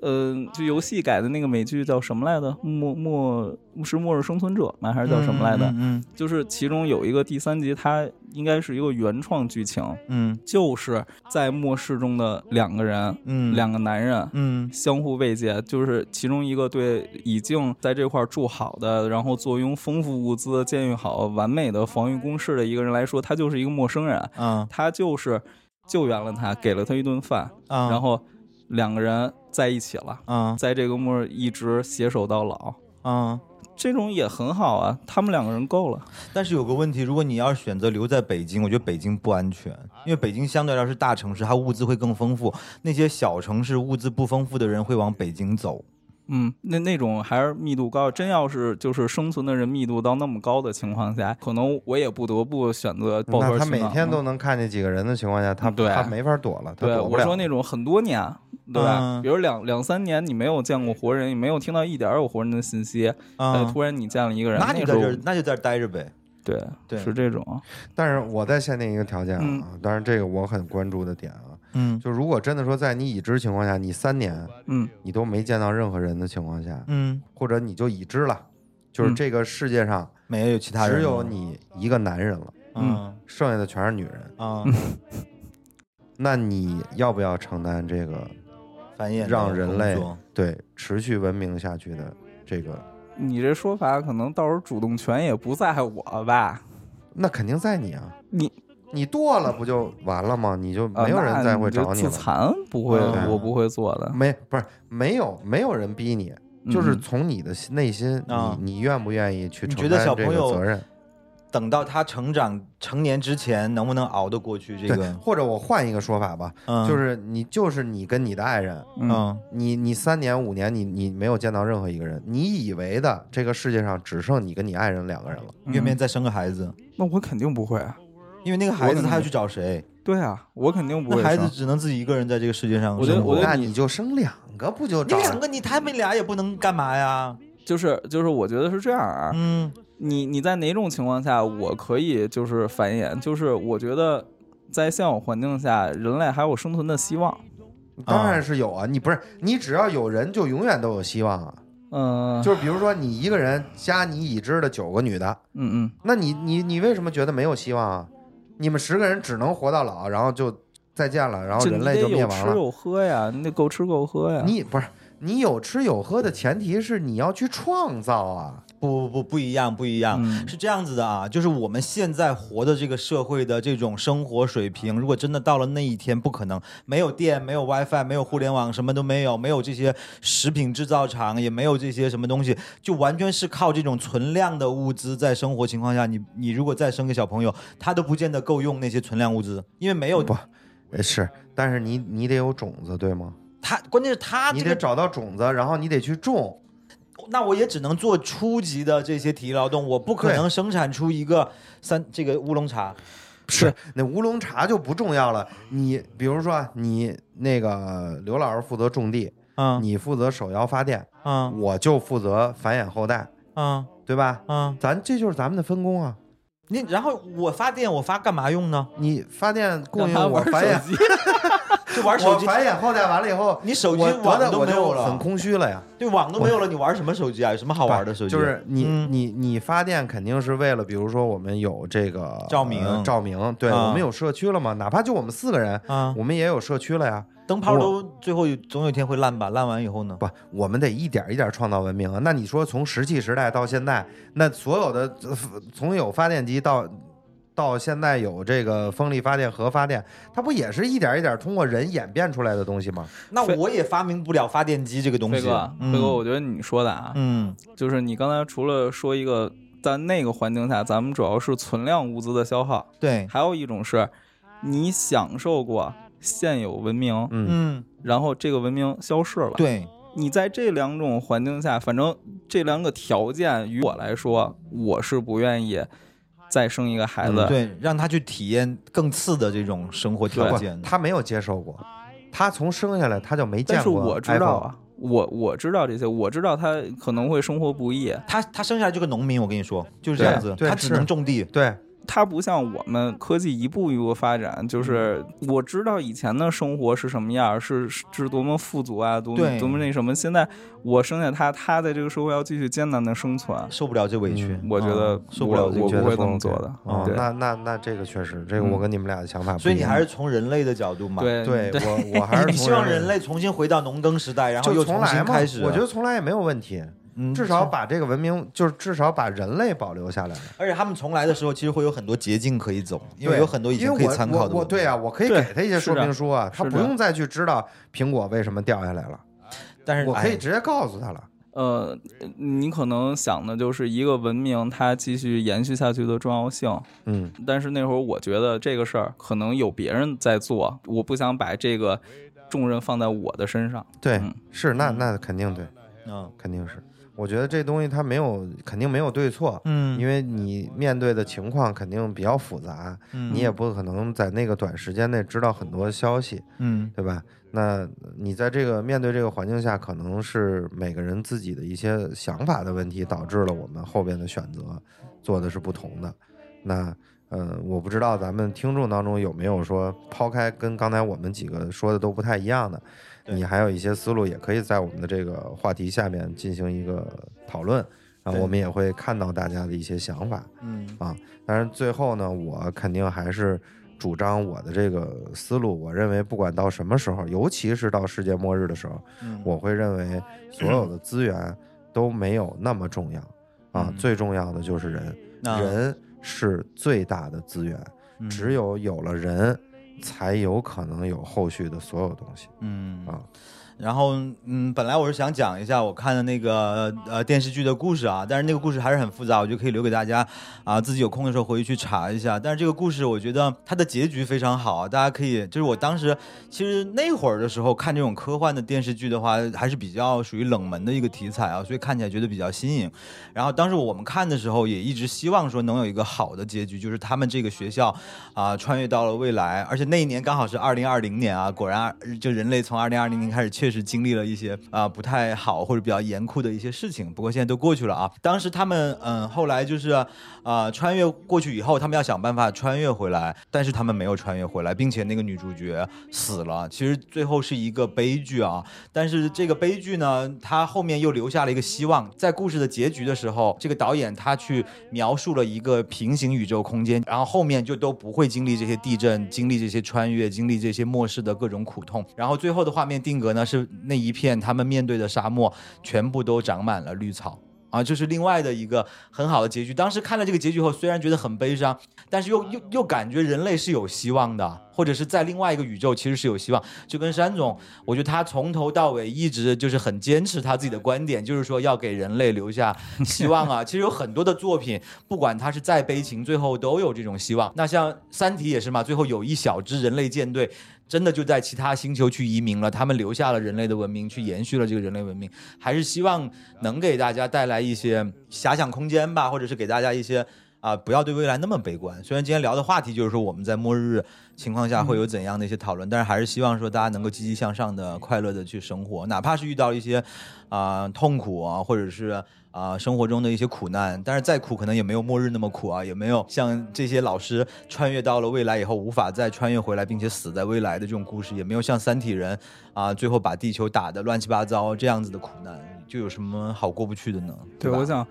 呃，就游戏改的那个美剧叫什么来着？末末是《末日生存者》吗？还是叫什么来着？嗯就是其中有一个第三集，它应该是一个原创剧情，嗯就是在末世中的两个人，嗯，两个男人。嗯相互慰藉，就是其中一个对已经在这块儿住好的，然后坐拥丰富物资、建立好完美的防御工事的一个人来说，他就是一个陌生人，啊他就是救援了他，给了他一顿饭，啊，然后两个人在一起了，啊在这个末日一直携手到老，啊。这种也很好啊。他们两个人够了，但是有个问题，如果你要是选择留在北京，我觉得北京不安全，啊因为北京相对来说是大城市，它物资会更丰富。那些小城市物资不丰富的人会往北京走。嗯，那那种还是密度高。真要是就是生存的人密度到那么高的情况下，可能我也不得不选择抱团那他取暖每了。天都能看见几个人的情况下，他嗯对他没法躲了，他对躲不我了。说那种很多年，对吧？嗯比如两两三年你没有见过活人，也没有听到一点儿有活人的信息，呃，嗯啊，突然你见了一个人，那那你时在候这儿，那就在这儿待着呗。对对是这种，但是我再限定一个条件啊，嗯当然这个我很关注的点啊，嗯就如果真的说在你已知情况下，你三年嗯你都没见到任何人的情况下，嗯，或者你就已知了，就是嗯这个世界上没有其他人，只有。你一个男人了，嗯剩下的全是女人，啊，嗯那你要不要承担这个繁衍的让人类工作对持续文明下去的这个？你这说法可能到时候主动权也不在我吧？那肯定在你啊，你你剁了不就完了吗？你就呃啊没有人那再会就找你自了。残不会，嗯我不会做的。没不是没有没有人逼你，就是嗯从你的心内心，啊你你愿不愿意去你承觉得担小这朋个友责任？等到他成长成年之前，能不能熬得过去这对，个？或者我换一个说法吧，嗯，就是你就是你跟你的爱人，嗯嗯你你三年五年你你没有见到任何一个人，你以为的这个世界上只剩你跟你爱人两个人了，愿不愿意再生个孩子？嗯那我肯定不会啊。因为那个孩子我他要去找谁？对啊，我肯定不那会孩子生只能自己一个人在这个世界上我觉得生活我觉得那你你就生两个不就你找两个你他们俩也不能干嘛呀？就是就是，我觉得是这样啊。嗯你你在哪种情况下我可以就是繁衍？就是我觉得在现有环境下，人类还有生存的希望。当然是有啊，你不是你只要有人就永远都有希望啊。嗯、就是比如说你一个人加你已知的九个女的，嗯嗯，那你你你为什么觉得没有希望啊？你们十个人只能活到老，然后就再见了，然后就人你类得就灭有亡吃了。有喝呀，你得够吃够喝呀。你不是你有吃有喝的前提是你要去创造啊，，不不不，不一样，不一样。嗯是这样子的啊，就是我们现在活的这个社会的这种生活水平，如果真的到了那一天，不可能没有电、没有 WiFi、没有互联网，什么都没有，没有这些食品制造厂，也没有这些什么东西，就完全是靠这种存量的物资在生活情况下，你你如果再生个小朋友，他都不见得够用那些存量物资，因为没有不呃哎是，但是你你得有种子，对吗？他，关键是他你这得个找到种子，然后你得去种。那我也只能做初级的这些体力劳动，我不可对能生产出一个三这个乌龙茶。是那乌龙茶就不重要了。你比如说啊，你那个刘老师负责种地，嗯你负责手摇发电，嗯我就负责繁衍后代，嗯对吧？嗯，咱这就是咱们的分工啊。你然后我发电，我发干嘛用呢？你发电供让应他我玩繁衍，手机，就玩手我机，繁衍后代完了以后，你手机我网得的都我没有就了很空虚了呀。对网都没有了，你玩什么手机啊？有什么好玩的手机？就是你、嗯你你发电肯定是为了，比如说我们有这个照明呃照明，对、啊嗯我们有社区了嘛，哪怕就我们四个人，啊，我们也有社区了呀。灯泡都最后有总有一天会烂吧？烂完以后呢？不，我们得一点一点创造文明啊。那你说从石器时代到现在，那所有的呃从有发电机到到现在有这个风力发电、核发电，它不也是一点一点通过人演变出来的东西吗？那飞我也发明不了发电机这个东飞西。哥，嗯飞哥，我觉得你说的啊，嗯，就是你刚才除了说一个，在那个环境下，咱们主要是存量物资的消耗，嗯对，还有一种是，你享受过现有文明，嗯，嗯，然后这个文明消逝了。，对，你在这两种环境下，反正这两个条件于我来说，我是不愿意再生一个孩子。嗯对，让他去体验更次的这种生活条不件，。他没有接受过，他从生下来他就没见但过。是我知道，啊，我我知道这些，我知道他可能会生活不易，他他生下来就个农民，我跟你说就是这样子，对对他只是能种地。对，它不像我们科技一步一步发展，就是嗯我知道以前的生活是什么样，是是是多么富足啊，多对么多么那什么。现在我生下他，他在这个社会要继续艰难的生存，受不了这委屈，嗯我觉得嗯受不了我这我觉不得啊会这风么格做的。哦，对那那那这个确实，这个我跟你们俩的想法不嗯一样。所以你还是从人类的角度嘛，对对对我我还是 你从希望人类重新回到农耕时代，然后就又从重来新嘛开始。我觉得，从来也没有问题，嗯至少把这个文明，就是至少把人类保留下来。而且他们从来的时候，其实会有很多捷径可以走，因为对有很多已经可以参考因的文为我我明。我对啊，我可以对给他一些是说的明书啊，他是不的用再去知道苹果为什么掉下来了，但是我可以哎直接告诉他了。呃，你可能想的就是一个文明它继续延续下去的重要性，嗯，但是那会儿我觉得这个事儿可能有别人在做，我不想把这个重任放在我的身上。对嗯，是那那肯定对，嗯肯定是。我觉得这东西它没有，肯定没有对错，嗯因为你面对的情况肯定比较复杂，嗯你也不可能在那个短时间内知道很多消息。嗯对吧？那你在这个面对这个环境下，可能是每个人自己的一些想法的问题，导致了我们后边的选择做的是不同的。那呃，我不知道咱们听众当中有没有说抛开跟刚才我们几个说的都不太一样的，对你还有一些思路，也可以在我们的这个话题下面进行一个讨论。然后对我们也会看到大家的一些想法，嗯啊当然最后呢，我肯定还是主张我的这个思路。我认为，不管到什么时候，尤其是到世界末日的时候，嗯，我会认为所有的资源都没有那么重要啊，嗯最重要的就是人，那啊人是最大的资源，嗯只有有了人。才有可能有后续的所有东西嗯啊，然后嗯，本来我是想讲一下我看的那个呃电视剧的故事啊，但是那个故事还是很复杂，我觉得可以留给大家啊，自己有空的时候回去去查一下。但是这个故事我觉得它的结局非常好，大家可以就是我当时其实那会儿的时候看这种科幻的电视剧的话，还是比较属于冷门的一个题材啊，所以看起来觉得比较新颖。然后当时我们看的时候也一直希望说能有一个好的结局，就是他们这个学校啊、穿越到了未来，而且那一年刚好是二零二零年啊，果然啊就人类从二零二零年开始确实经历了一些啊、不太好或者比较严酷的一些事情，不过现在都过去了啊。当时他们嗯后来就是啊、穿越过去以后，他们要想办法穿越回来，但是他们没有穿越回来，并且那个女主角死了，其实最后是一个悲剧啊。但是这个悲剧呢，它后面又留下了一个希望。在故事的结局的时候，这个导演他去描述了一个平行宇宙空间，然后后面就都不会经历这些地震，经历这些穿越，经历这些末世的各种苦痛。然后最后的画面定格呢，是那一片他们面对的沙漠，全部都长满了绿草。啊，就是另外的一个很好的结局。当时看了这个结局后，虽然觉得很悲伤，但是又又又感觉人类是有希望的，或者是在另外一个宇宙其实是有希望。就跟山总我觉得他从头到尾一直就是很坚持他自己的观点，就是说要给人类留下希望啊。其实有很多的作品，不管他是再悲情，最后都有这种希望。那像《三体》也是嘛，最后有一小支人类舰队真的就在其他星球去移民了，他们留下了人类的文明，去延续了这个人类文明，还是希望能给大家带来一些遐想空间吧，或者是给大家一些。啊，不要对未来那么悲观。虽然今天聊的话题就是说我们在末日情况下会嗯有怎样的一些讨论，但是还是希望说大家能够积极向上的、快乐的去生活，哪怕是遇到一些啊、痛苦啊，或者是啊、生活中的一些苦难，但是再苦可能也没有末日那么苦啊，也没有像这些老师穿越到了未来以后无法再穿越回来并且死在未来的这种故事，也没有像三体人啊最后把地球打得乱七八糟这样子的苦难，就有什么好过不去的呢？对，吧我想，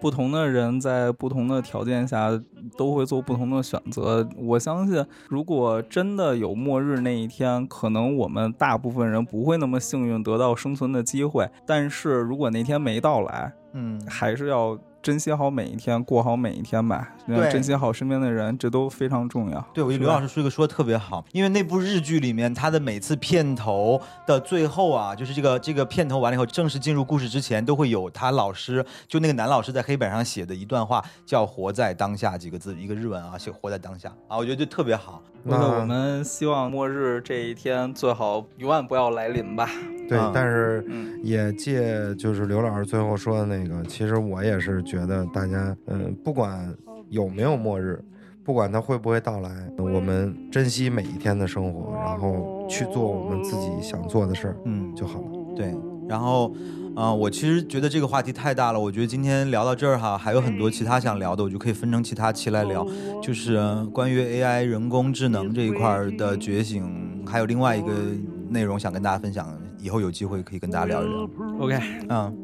不同的人在不同的条件下都会做不同的选择。我相信，如果真的有末日那一天，可能我们大部分人不会那么幸运得到生存的机会。但是如果那天没到来，嗯，还是要珍惜好每一天，过好每一天吧。对珍惜好身边的人，这都非常重要。对，我觉得是刘吧老师说一个说的特别好，因为那部日剧里面，它的每次片头的最后啊，就是这个这个片头完了以后，正式进入故事之前，都会有他老师，就那个男老师在黑板上写的一段话，叫“活在当下”几个字，一个日文啊，写“活在当下”啊，我觉得就特别好。那那我们希望末日这一天最好永远不要来临吧。对嗯，但是嗯也借就是刘老师最后说的那个，其实我也是觉得大家，嗯，不管有没有末日，不管它会不会到来，我们珍惜每一天的生活，然后去做我们自己想做的事儿嗯，就好了。对，然后，啊、我其实觉得这个话题太大了，我觉得今天聊到这儿哈，还有很多其他想聊的，我就可以分成其他期来聊，就是呃关于 AI 人工智能这一块儿的觉醒，还有另外一个内容想跟大家分享，以后有机会可以跟大家聊一聊。 ，OK，嗯，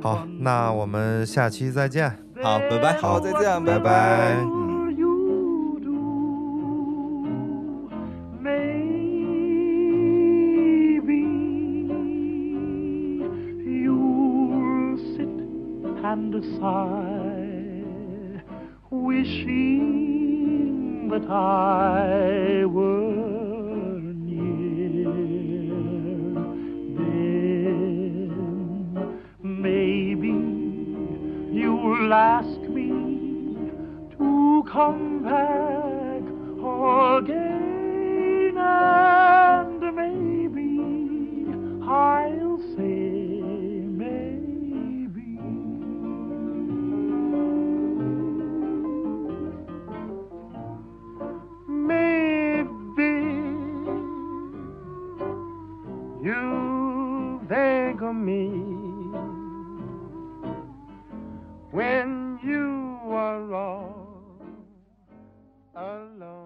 好，那我们下期再见，好，拜拜，好，再见，拜拜。嗯。 you do. Maybe you'll sit and sigh, wishing that I were near. Then maybe you'll ask me to come back again, and maybe I'll say maybe. Maybe you beg of me when you are all alone.